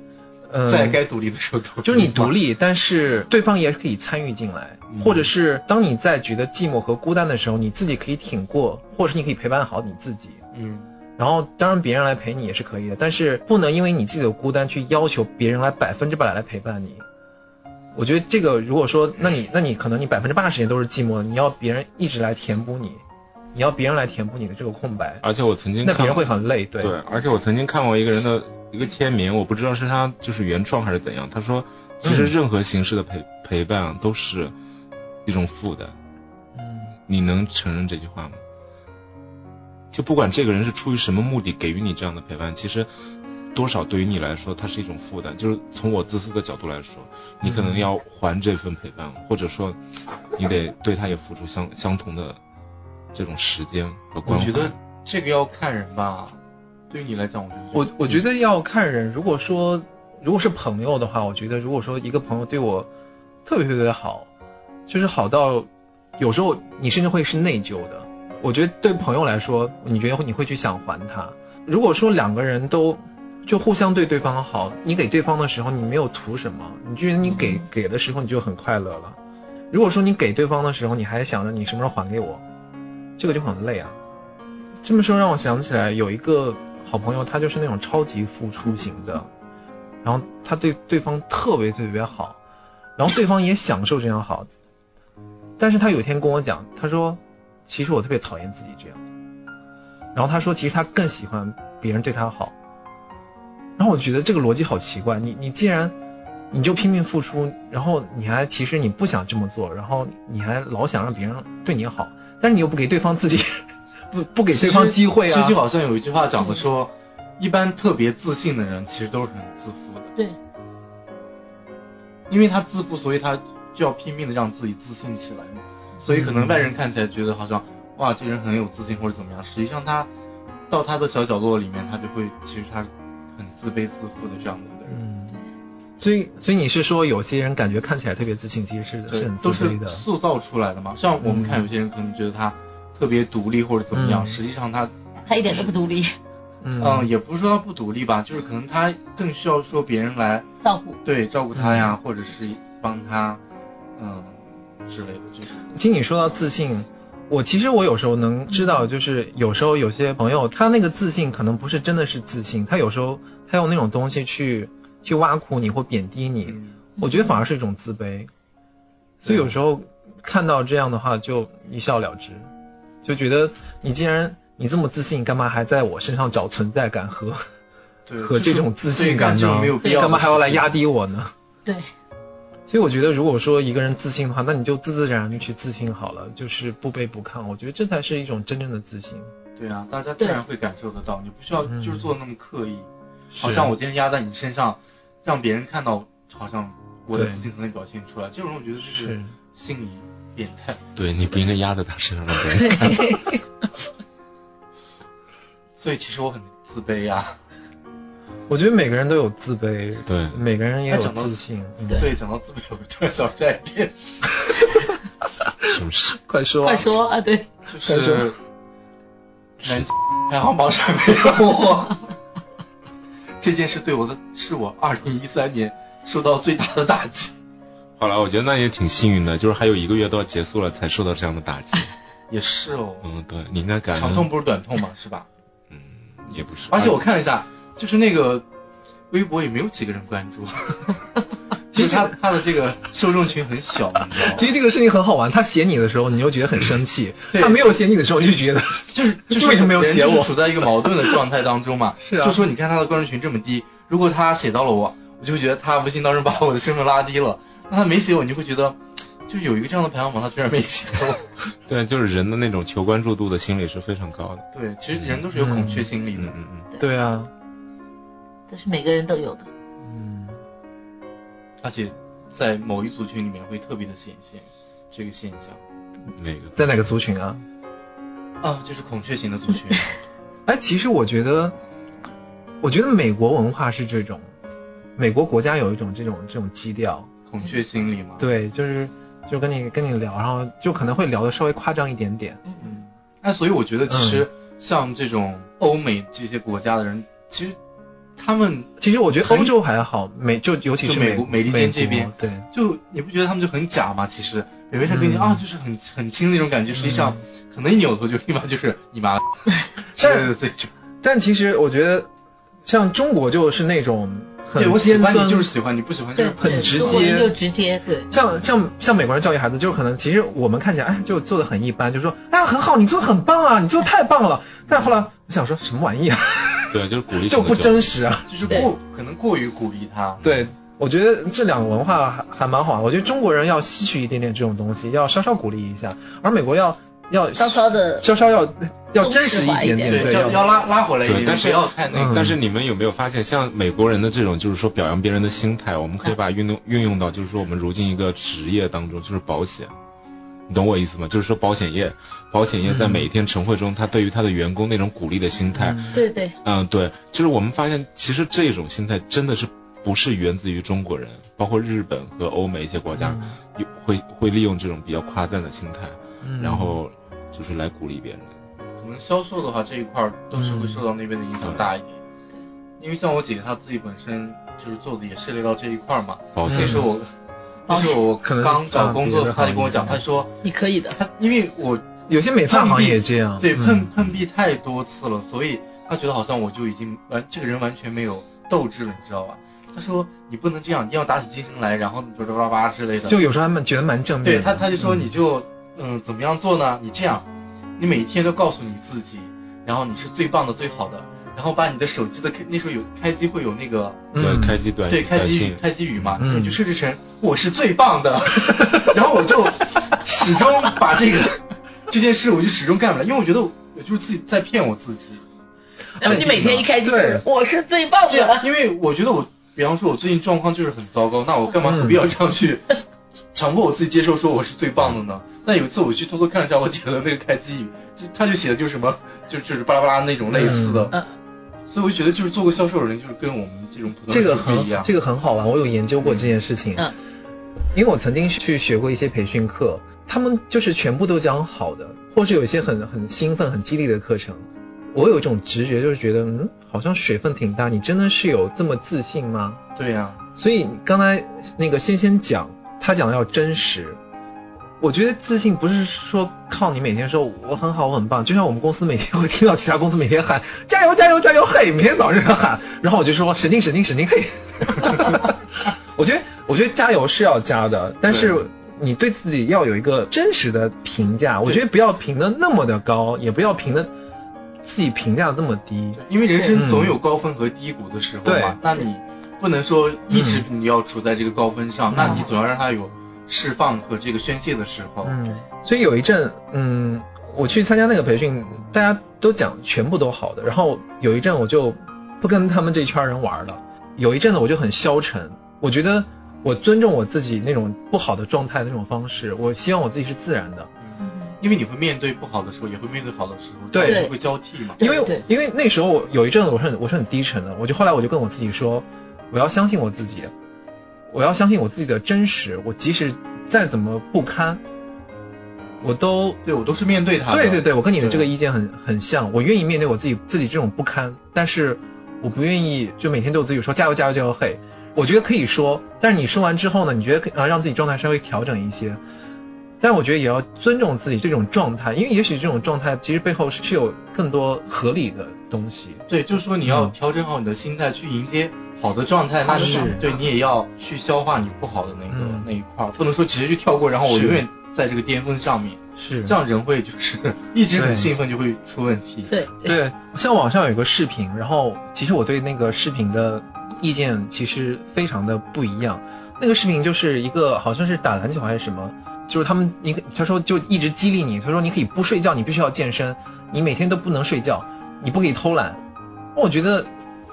Speaker 2: 嗯、
Speaker 5: 在该独立的时候独立，
Speaker 2: 就是你独立，但是对方也可以参与进来，
Speaker 5: 嗯
Speaker 2: 或者是当你在觉得寂寞和孤单的时候，你自己可以挺过，或者是你可以陪伴好你自己。
Speaker 5: 嗯。
Speaker 2: 然后当然别人来陪你也是可以的，但是不能因为你自己的孤单去要求别人来百分之百来陪伴你。我觉得这个如果说，那你那你可能你百分之八十时间都是寂寞的，你要别人一直来填补你，你要别人来填补你的这个空白，
Speaker 4: 而且我曾经
Speaker 2: 那别
Speaker 4: 看
Speaker 2: 人会很累，对，
Speaker 4: 对，而且我曾经看过一个人的一个签名，我不知道是他就是原创还是怎样，他说其实
Speaker 2: 嗯
Speaker 4: 任何形式的陪、陪伴啊都是一种负担，
Speaker 2: 嗯
Speaker 4: 你能承认这句话吗？就不管这个人是出于什么目的给予你这样的陪伴，其实多少对于你来说，它是一种负担。就是从我自私的角度来说，你可能要还这份陪伴，或者说你得对他也付出相相同的这种时间和
Speaker 5: 我
Speaker 4: 关怀。
Speaker 5: 觉得这个要看人吧，对于你来讲，我觉得
Speaker 2: 我我觉得要看人，如果说如果是朋友的话，我觉得如果说一个朋友对我特别特别的好，就是好到有时候你甚至会是内疚的。我觉得对朋友来说，你觉得你会去想还他。如果说两个人都就互相对对方好，你给对方的时候你没有图什么，你觉得你给
Speaker 5: 嗯
Speaker 2: 给的时候你就很快乐了。如果说你给对方的时候你还想着你什么时候还给我，这个就很累啊。这么说让我想起来有一个好朋友，他就是那种超级付出型的，然后他对对方特别特别好，然后对方也享受这样好，但是他有一天跟我讲，他说其实我特别讨厌自己这样，然后他说其实他更喜欢别人对他好，然后我觉得这个逻辑好奇怪，你你既然你就拼命付出，然后你还其实你不想这么做，然后你还老想让别人对你好，但是你又不给对方自己 *laughs* 不不给对方机会啊，
Speaker 5: 其实就好像有一句话讲的说，一般特别自信的人其实都是很自负的，
Speaker 7: 对，
Speaker 5: 因为他自负，所以他就要拼命的让自己自信起来嘛。所以可能外人看起来觉得好像哇，这人很有自信或者怎么样，实际上他到他的小角落里面，他就会其实他很自卑自负的这样的一个人。
Speaker 2: 嗯，所以所以你是说有些人感觉看起来特别自信，其实是是
Speaker 5: 对
Speaker 2: 很，自
Speaker 5: 都
Speaker 2: 卑
Speaker 5: 是
Speaker 2: 的。
Speaker 5: 塑造出来的嘛。像我们看有些人可能觉得他特别独立或者怎么样，
Speaker 2: 嗯
Speaker 5: 实际上他
Speaker 7: 他一点都不独立，
Speaker 5: 嗯，
Speaker 2: 嗯，
Speaker 5: 也不是说他不独立吧，就是可能他更需要说别人来
Speaker 7: 照顾。
Speaker 5: 对照顾
Speaker 2: 嗯
Speaker 5: 他呀，或者是帮他，嗯之类的，就是
Speaker 2: 其实你说到自信，我其实我有时候能知
Speaker 5: 嗯
Speaker 2: 道，就是有时候有些朋友他那个自信可能不是真的是自信，他有时候他用那种东西去去挖苦你或贬低你，
Speaker 5: 嗯，
Speaker 2: 我觉得反而是一种自卑。所以有时候看到这样的话，就一笑了之，就觉得你既然你这么自信，干嘛还在我身上找存在感和？
Speaker 5: 对
Speaker 2: 和这种自信
Speaker 5: 感
Speaker 2: 感
Speaker 5: 就
Speaker 2: 呢
Speaker 5: 没有必要，
Speaker 2: 干嘛还要来压？低我呢？
Speaker 7: 对，
Speaker 2: 所以我觉得，如果说一个人自信的话，那你就自自然然地去自信好了，就是不卑不亢。我觉得这才是一种真正的自信。
Speaker 5: 对啊，大家自然会感受得到，你不需要
Speaker 2: 嗯
Speaker 5: 就是做得那么刻意，
Speaker 2: 是
Speaker 5: 好像我今天压在你身上，让别人看到，好像我的
Speaker 2: 对
Speaker 5: 自信才能表现出来。这种人我觉得就是
Speaker 2: 是
Speaker 5: 心理变态。
Speaker 4: 对你不应该压在他身上让别人
Speaker 7: 对，
Speaker 5: 所以其实我很自卑啊呀、
Speaker 2: 我觉得每个人都有自卑，
Speaker 4: *laughs* 对
Speaker 2: 每个人也有
Speaker 5: 那讲到
Speaker 2: 自信。嗯
Speaker 5: 对，讲到自卑，我突然想起来一件事，
Speaker 4: 什么事？
Speaker 2: 快说啊
Speaker 7: 快说啊，对，
Speaker 5: *laughs* 就
Speaker 2: 但是
Speaker 5: 是南京排行榜上没有我。 *laughs* 这件事对我的是我二零一三年受到最大的打击，
Speaker 4: 好了，我觉得那也挺幸运的，就是还有一个月都要结束了才受到这样的打击。
Speaker 5: 也是哦，
Speaker 4: 嗯，对你应该感
Speaker 5: 长痛
Speaker 4: 恩，
Speaker 5: 不如短痛嘛，是吧？
Speaker 4: 嗯，也不是。
Speaker 5: 而且我看了一下，就是那个微博也没有几个人关 *laughs* 注，其实他他的这个受众群很小，你知道吗？
Speaker 2: 其实这个事情很好玩，他写你的时候，你又觉得很生气；
Speaker 5: 对
Speaker 2: 他没有写你的时候，你就觉得
Speaker 5: 就是就是
Speaker 2: 为什么没有
Speaker 5: 人
Speaker 2: 写
Speaker 5: 就是
Speaker 2: 我？
Speaker 5: 处在一个矛盾的状态当中嘛。
Speaker 2: 是啊
Speaker 5: 就说你看他的关注群这么低，如果他写到了我，我就觉得他无形当中把我的身份拉低了。那他没写我，你就会觉得，就有一个这样的排行榜，他居然没写我。
Speaker 4: 对，就是人的那种求关注度的心理是非常高的。
Speaker 5: 对，其实人都是有孔雀心理的
Speaker 4: 嗯。嗯嗯，
Speaker 2: 对啊，
Speaker 7: 这是每个人都有的。
Speaker 2: 嗯，
Speaker 5: 而且在某一族群里面会特别的显现这个现象
Speaker 4: 那个
Speaker 2: 在哪个族群啊？
Speaker 5: 啊，就是孔雀型的族群。
Speaker 2: 哎，其实我觉得，我觉得美国文化是这种，美国国家有一种这种这种基调，
Speaker 5: 孔雀心理嘛，，
Speaker 2: 对，就是就跟你跟你聊，然后就可能会聊的稍微夸张一点点，
Speaker 7: 嗯，
Speaker 5: 嗯，那所以我觉得，其实像这种欧美这些国家的人，其实他们
Speaker 2: 其实我觉得欧洲还好，美就尤其
Speaker 5: 就是美
Speaker 2: 国
Speaker 5: 国美利坚这
Speaker 2: 美
Speaker 5: 边
Speaker 2: 国对，
Speaker 5: 就你不觉得他们就很假吗？其实表面上跟你、
Speaker 2: 嗯
Speaker 5: 啊，就是很很轻的那种感觉，实际上、可能一扭头就立马就是
Speaker 2: *laughs*
Speaker 5: 你妈之类的这种。
Speaker 2: 但其实我觉得，像中国就是那种很
Speaker 5: 对我喜
Speaker 2: 尖
Speaker 5: 欢
Speaker 2: 酸，
Speaker 5: 你就是喜欢你，不喜欢就
Speaker 7: 对，
Speaker 5: 是
Speaker 7: 对
Speaker 5: 不喜
Speaker 2: 很直
Speaker 5: 欢
Speaker 7: 中国人
Speaker 2: 接
Speaker 7: 就直接，对，
Speaker 2: 像像像美国人教育孩子，就是可能其实我们看起来哎就做的很一般，就说哎呀很好，你做的很棒啊，你做的太棒了。但后来我想说什么玩意啊，
Speaker 4: 对，就是鼓励
Speaker 2: 就
Speaker 4: 性
Speaker 2: 不
Speaker 4: 的
Speaker 2: 真实啊。
Speaker 5: 就是
Speaker 7: 对
Speaker 5: 过可能过于鼓励他。
Speaker 2: 对，我觉得这两个文化还还蛮好啊。我觉得中国人要吸取一点点这种东西，要稍稍鼓励一下，而美国要要
Speaker 7: 稍稍的
Speaker 2: 稍稍要要真实点点，
Speaker 5: 对，
Speaker 2: 对，
Speaker 5: 要要拉拉回来一点，
Speaker 4: 对但是
Speaker 5: 不要看那
Speaker 2: 嗯
Speaker 5: 个。
Speaker 4: 但是你们有没有发现，像美国人的这种就是说表扬别人的心态，我们可以把运用运用到就是说我们如今一个职业当中，就是保险，你懂我意思吗？就是说保险业，保险业在每一天晨会中，他对于他的员工那种鼓励的心态，
Speaker 7: 对对，
Speaker 4: 嗯，对，就是我们发现其实这种心态真的是不是源自于中国人，包括日本和欧美一些国
Speaker 5: 嗯
Speaker 4: 家，有会会利用这种比较夸赞的心态，
Speaker 2: 嗯
Speaker 4: 然后就是来鼓励别人。
Speaker 5: 可能销售的话这一块儿都
Speaker 2: 嗯
Speaker 5: 是会受到那边的影响大一点，因为像我姐姐她自己本身就是做的也涉猎到这一块儿嘛。
Speaker 4: 保
Speaker 5: 那
Speaker 4: 险
Speaker 5: 时候我，那时候我
Speaker 2: 嗯可能
Speaker 5: 刚找工作
Speaker 2: 啊别的，
Speaker 5: 她就跟我讲，
Speaker 2: 行业
Speaker 5: 她说
Speaker 7: 你可以的。
Speaker 5: 她因为我
Speaker 2: 有些美发行业也这样，
Speaker 5: 对
Speaker 2: 嗯
Speaker 5: 碰碰壁太多次了，所以他觉得好像我就已经完这个人完全没有斗志了，你知道吧？他说你不能这样，一定要打起精神来，然后叭叭叭之类的。
Speaker 2: 就有时候他们觉得蛮正面
Speaker 5: 对
Speaker 2: 的。
Speaker 5: 他他就说
Speaker 2: 嗯
Speaker 5: 你就嗯怎么样做呢？你这样，你每天都告诉你自己，然后你是最棒的、最好的，然后把你的手机的开那时候有开机会有那个
Speaker 4: 对
Speaker 2: 嗯
Speaker 4: 开机短
Speaker 5: 对，开
Speaker 4: 短
Speaker 5: 机
Speaker 4: 信，
Speaker 5: 开机语嘛，
Speaker 2: 嗯
Speaker 5: 你就设置成我是最棒的， *laughs* 然后我就始终把这个这件事，我就始终干不了，因为我觉得我就是自己在骗我自己。
Speaker 7: 然 *laughs* 后你每天一开机
Speaker 2: 对，
Speaker 7: 我是最棒
Speaker 5: 这样，
Speaker 7: 的。
Speaker 5: 因为我觉得我，比方说我最近状况就是很糟糕，那我干嘛
Speaker 2: 嗯
Speaker 5: 何必要这样去强迫我自己接受说我是最棒的呢？但有一次我去偷偷看了一下我姐的那个开机语，就她就写的就是什么，就就是巴拉巴拉那种类似的，
Speaker 7: 嗯，
Speaker 5: 所以我就觉得就是做个销售的人就是跟我们这种普通
Speaker 2: 这
Speaker 5: 人
Speaker 2: 个
Speaker 5: 不
Speaker 2: 很
Speaker 5: 一样。
Speaker 2: 这个很好玩，我有研究过这件事情。
Speaker 7: 嗯
Speaker 2: 因为我曾经去学过一些培训课，他们就是全部都讲好的，或是有一些很很兴奋、很激励的课程。我有一种直觉，就是觉得，嗯，好像水分挺大。你真的是有这么自信吗？
Speaker 5: 对呀、
Speaker 2: 所以刚才那个仙仙讲，她讲的要真实。我觉得自信不是说靠你每天说我很好我很棒，就像我们公司每天会听到其他公司每天喊加油加油加油嘿，每天早上喊，然后我就说神经神经神经嘿。我觉得我觉得加油是要加的，但
Speaker 5: 对
Speaker 2: 是你对自己要有一个真实的评价。我觉得不要评的那么的高，也不要评的自己评价得那么低。
Speaker 5: 对，因为人生总有高峰和低谷的时
Speaker 2: 嗯
Speaker 5: 候嘛
Speaker 2: 对。嗯
Speaker 5: 那你不能说一直你要处在这个高峰上，那你总要让他有释放和这个宣泄的时候。
Speaker 2: 嗯，所以有一阵，嗯，我去参加那个培训，大家都讲全部都好的，然后有一阵我就不跟他们这一圈人玩了，有一阵子我就很消沉，我觉得我尊重我自己那种不好的状态的那种方式，我希望我自己是自然的，
Speaker 7: 嗯
Speaker 5: 因为你会面对不好的时候，也会面对好的时候，
Speaker 2: 对
Speaker 5: 就是会交替嘛。
Speaker 2: 因为
Speaker 7: 对
Speaker 2: 因为那时候我有一阵子我是很我是很低沉的，我就后来我就跟我自己说，我要相信我自己，我要相信我自己的真实，我即使再怎么不堪，我都
Speaker 5: 对我都是面对他的。
Speaker 2: 对对对，我跟你的这个
Speaker 5: 对
Speaker 2: 意见很很像，我愿意面对我自己自己这种不堪，但是我不愿意就每天对我自己说加油加油加油嘿，我觉得可以说，但是你说完之后呢，你觉得可啊让自己状态稍微调整一些，但我觉得也要尊重自己这种状态，因为也许这种状态其实背后是是有更多合理的东西，
Speaker 5: 对，就是说你要
Speaker 2: 嗯
Speaker 5: 调整好你的心态去迎接好的状态，那你
Speaker 2: 是
Speaker 5: 对你也要去消化你不好的那个、
Speaker 2: 嗯
Speaker 5: 那一块儿，不能说直接去跳过，然后我
Speaker 2: 是
Speaker 5: 永远在这个巅峰上面，
Speaker 2: 是
Speaker 5: 这样人会就是 *laughs* 一直
Speaker 2: 对
Speaker 5: 很兴奋就会出问题。
Speaker 7: 对
Speaker 2: 对，像网上有个视频，然后其实我对那个视频的意见其实非常的不一样。那个视频就是一个好像是打篮球还是什么，就是他们你可他说就一直激励你，他说你可以不睡觉，你必须要健身，你每天都不能睡觉，你不可以偷懒。我觉得，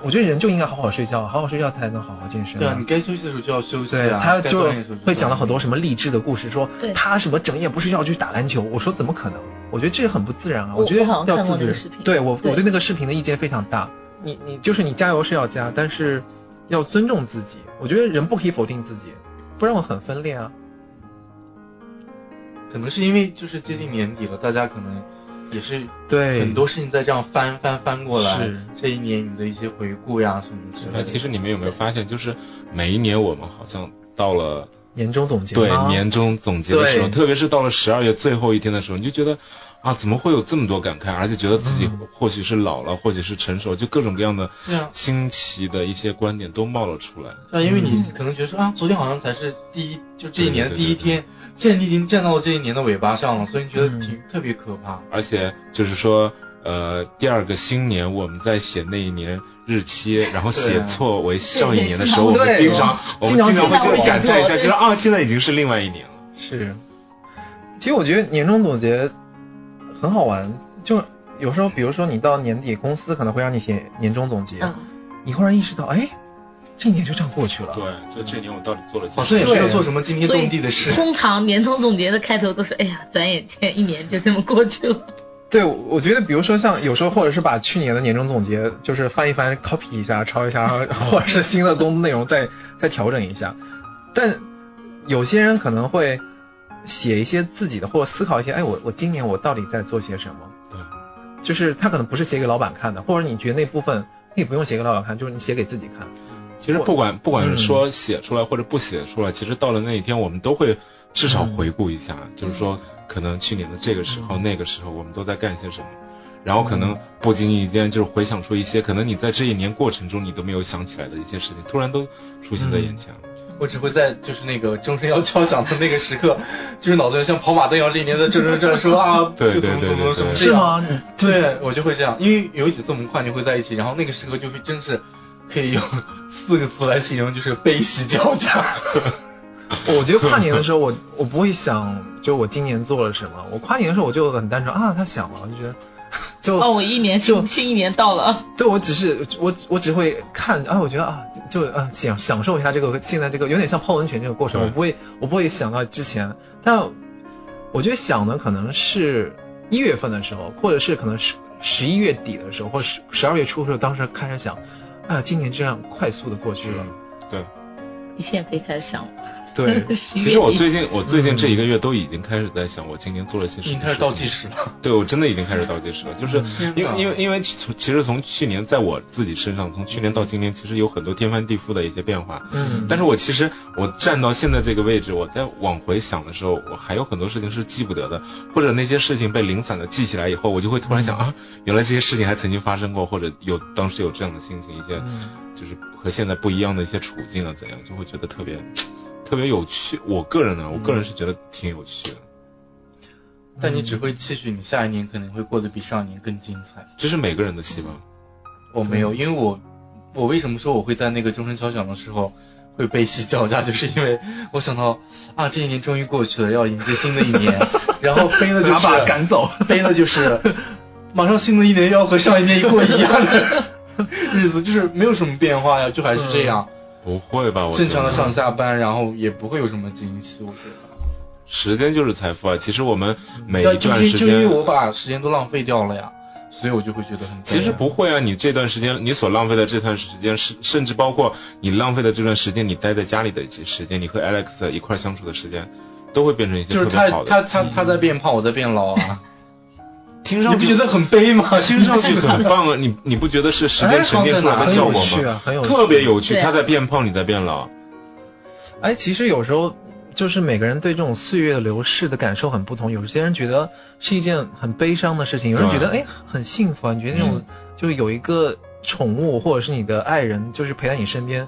Speaker 2: 我觉得人就应该好好睡觉，好好睡觉才能好好健身、
Speaker 5: 对啊，你该休息的时候就要休息
Speaker 2: 嗯对
Speaker 5: 啊，
Speaker 2: 他
Speaker 5: 该
Speaker 2: 就
Speaker 5: 锻炼的时候就
Speaker 2: 会讲到
Speaker 5: 锻炼
Speaker 2: 很多什么励志的故事，说
Speaker 7: 对
Speaker 2: 他什么整夜不睡觉去打篮球。我说怎么可能？我觉得这个很不自然啊！
Speaker 7: 我
Speaker 2: 觉得
Speaker 7: 我好像
Speaker 2: 要
Speaker 7: 看过
Speaker 2: 自
Speaker 7: 那个
Speaker 2: 制
Speaker 7: 视频
Speaker 2: 对我，
Speaker 7: 对
Speaker 2: 我对那个视频的意见非常大。你你就是你加油是要加，但是要尊重自己。我觉得人不可以否定自己，不然我很分裂啊。
Speaker 5: 可能是因为就是接近年底了，大家可能也是
Speaker 2: 对
Speaker 5: 很多事情在这样翻翻翻过来
Speaker 2: 是。
Speaker 5: 这一年你的一些回顾呀什么之类
Speaker 4: 那
Speaker 5: 的。
Speaker 4: 其实你们有没有发现，就是每一年我们好像到了
Speaker 2: 年终总结
Speaker 4: 对
Speaker 2: 吗
Speaker 4: 年终总结的时候，
Speaker 2: 对
Speaker 4: 特别是到了十二月最后一天的时候，你就觉得啊，怎么会有这么多感慨，而且觉得自己
Speaker 2: 嗯
Speaker 4: 或许是老了，或许是成熟，就各种各样的
Speaker 5: 对啊
Speaker 4: 新奇的一些观点都冒了出来。
Speaker 5: 对啊，因为你
Speaker 7: 嗯
Speaker 5: 可能觉得说啊，昨天好像才是第一，就这一年的
Speaker 4: 对
Speaker 5: 第一天，现在你已经站到了这一年的尾巴上了，所以你觉得
Speaker 2: 嗯
Speaker 5: 挺、特别可怕。
Speaker 4: 而且就是说，呃，第二个新年我们在写那一年日期，然后
Speaker 5: 对
Speaker 4: 写
Speaker 5: 啊
Speaker 4: 错为上一年的
Speaker 7: 对
Speaker 4: 时候，我们
Speaker 2: 对
Speaker 4: 经常我们
Speaker 2: 经常
Speaker 4: 经常会
Speaker 7: 经常
Speaker 4: 这
Speaker 7: 会
Speaker 4: 样感
Speaker 7: 这样
Speaker 4: 叹一
Speaker 7: 做
Speaker 4: 下，觉
Speaker 7: 对
Speaker 4: 得啊，现在已经是另外一年了。
Speaker 2: 是，其实我觉得年终总结很好玩，就有时候比如说你到年底，公司可能会让你写年终总结，
Speaker 7: 嗯，
Speaker 2: 你忽然意识到，哎，这一年就这样过去了。
Speaker 4: 对，就这年我到底做了些
Speaker 5: 好像也
Speaker 4: 什
Speaker 5: 没
Speaker 4: 么
Speaker 5: 有做什么惊天
Speaker 7: 所以
Speaker 5: 动地的事， *laughs*
Speaker 7: 通常年终总结的开头都是，哎呀，转眼间一年就这么过去了。
Speaker 2: 对，我我觉得比如说像有时候，或者是把去年的年终总结就是翻一翻，copy 一下，抄一 *laughs* 下，或者是新的工作内容再再调整一下。但有些人可能会写一些自己的，或者思考一些，哎，我我今年我到底在做些什么？
Speaker 4: 对，
Speaker 2: 就是他可能不是写给老板看的，或者你觉得那部分可以不用写给老板看，就是你写给自己看。
Speaker 4: 其实不管不管
Speaker 2: 嗯
Speaker 4: 是说写出来或者不写出来，其实到了那一天，我们都会至少
Speaker 5: 嗯
Speaker 4: 回顾一下，就是说可能去年的这个时候、那个时候，我们都在干些什么。然后可能不经意间就是回想出一些可能你在这一年过程中你都没有想起来的一些事情，突然都出现在眼前了。
Speaker 5: 我只会在就是那个钟声要敲响的那个时刻，就是脑子里像跑马灯一样，这一年在转转转说啊，
Speaker 4: 对
Speaker 5: 就怎么
Speaker 4: 对
Speaker 5: 怎么
Speaker 4: 对
Speaker 5: 怎么
Speaker 4: 对
Speaker 5: 这
Speaker 2: 是
Speaker 5: 样。
Speaker 2: 吗？你
Speaker 5: 对，我就会这样，因为有几次我们跨年会在一起，然后那个时刻就会真是可以用四个字来形容，就是悲喜交加。
Speaker 2: 我觉得跨年的时候 *laughs* 我，我不会想，就我今年做了什么。我跨年的时候，我就很单纯啊，他想了，我就觉得， *laughs* 就
Speaker 7: 哦，我一年
Speaker 2: 就
Speaker 7: 新新一年到了，
Speaker 2: 对我只是我我只会看啊，我觉得啊，就啊享享受一下这个现在这个有点像泡温泉这个过程，
Speaker 4: 对
Speaker 2: 我不会我不会想到之前，但我觉得想的可能是一月份的时候，或者是可能十十一月底的时候，或十十二月初的时候，当时开始想，哎呀，今年这样快速的过去了，
Speaker 4: 对，
Speaker 7: *laughs* 你现在可以开始想了。 *laughs*
Speaker 2: 对
Speaker 7: 十一
Speaker 4: 其
Speaker 7: 月
Speaker 4: 实我
Speaker 7: 底
Speaker 4: 最近我最近这一个月都已经开始在想我今年做了
Speaker 5: 嗯
Speaker 4: 些
Speaker 5: 已
Speaker 4: 什么。
Speaker 5: 经开始倒计时了，嗯
Speaker 4: 对，我真的已经开始倒计时了，就是
Speaker 5: 天
Speaker 4: 因
Speaker 5: 哪
Speaker 4: 为因为因为从其实从去年在我自己身上，从去年到今年，其实有很多天翻地覆的一些变化。
Speaker 2: 嗯，
Speaker 4: 但是我其实我站到现在这个位置，我在往回想的时候，我还有很多事情是记不得的，或者那些事情被零散的记起来以后，我就会突
Speaker 5: 嗯
Speaker 4: 然想、啊，原来这些事情还曾经发生过，或者有当时有这样的心情，一些、
Speaker 2: 嗯
Speaker 4: 就是和现在不一样的一些处境啊，怎样，就会觉得特别特别有趣。我个人啊呢，我个人
Speaker 5: 嗯
Speaker 4: 是觉得挺有趣的。
Speaker 5: 但你只会期许你下一年可能会过得比上一年更精彩。嗯
Speaker 4: 这是每个人的希望，
Speaker 5: 我没有，因为我我为什么说我会在那个钟声敲响的时候会被戏叫价，就是因为我想到啊，这一年终于过去了，要迎接新的一年，然后悲的
Speaker 4: *laughs*
Speaker 5: 就是
Speaker 2: 把把赶走，
Speaker 5: 悲的就是马上新的一年要和上一年一过一样的日子，就是没有什么变化呀，就还是这样，
Speaker 4: 不会吧？我
Speaker 5: 正常的
Speaker 4: 觉得
Speaker 5: 上下班，然后也不会有什么惊喜，我觉得。
Speaker 4: 时间就是财富啊。其实我们每
Speaker 5: 要
Speaker 4: 一
Speaker 5: 就
Speaker 4: 段
Speaker 5: 因
Speaker 4: 时
Speaker 5: 就因为我
Speaker 4: 间，
Speaker 5: 把时间都浪费掉了呀，所以我就会觉得很。
Speaker 4: 其实不。会啊，你这段时间你所浪费的这段时间，甚甚至包括你浪费的这段时间，你待在家里的时间，你和 Alex 一块儿相处的时间，都会变成一些
Speaker 5: 就
Speaker 4: 特
Speaker 5: 是他
Speaker 4: 别好的。
Speaker 5: 他他他在变胖，我在变老啊，
Speaker 4: 听
Speaker 5: 你
Speaker 4: 上
Speaker 5: 不
Speaker 4: 去
Speaker 5: 觉得很悲吗？
Speaker 4: *laughs* 听上去很棒啊，你你不觉得是时
Speaker 2: 哎
Speaker 4: 间沉淀出来的
Speaker 2: 很
Speaker 4: 效
Speaker 2: 有
Speaker 4: 果
Speaker 2: 趣
Speaker 4: 吗？
Speaker 2: 啊，很有趣
Speaker 4: 特别有趣，
Speaker 7: 对啊
Speaker 4: 他在变胖，你在变老。
Speaker 2: 哎，其实有时候就是每个人对这种岁月的流逝的感受很不同，有些人觉得是一件很悲伤的事情，有人觉得
Speaker 4: 对
Speaker 2: 哎很幸福啊，你觉得那种、就是有一个宠物或者是你的爱人就是陪在你身边，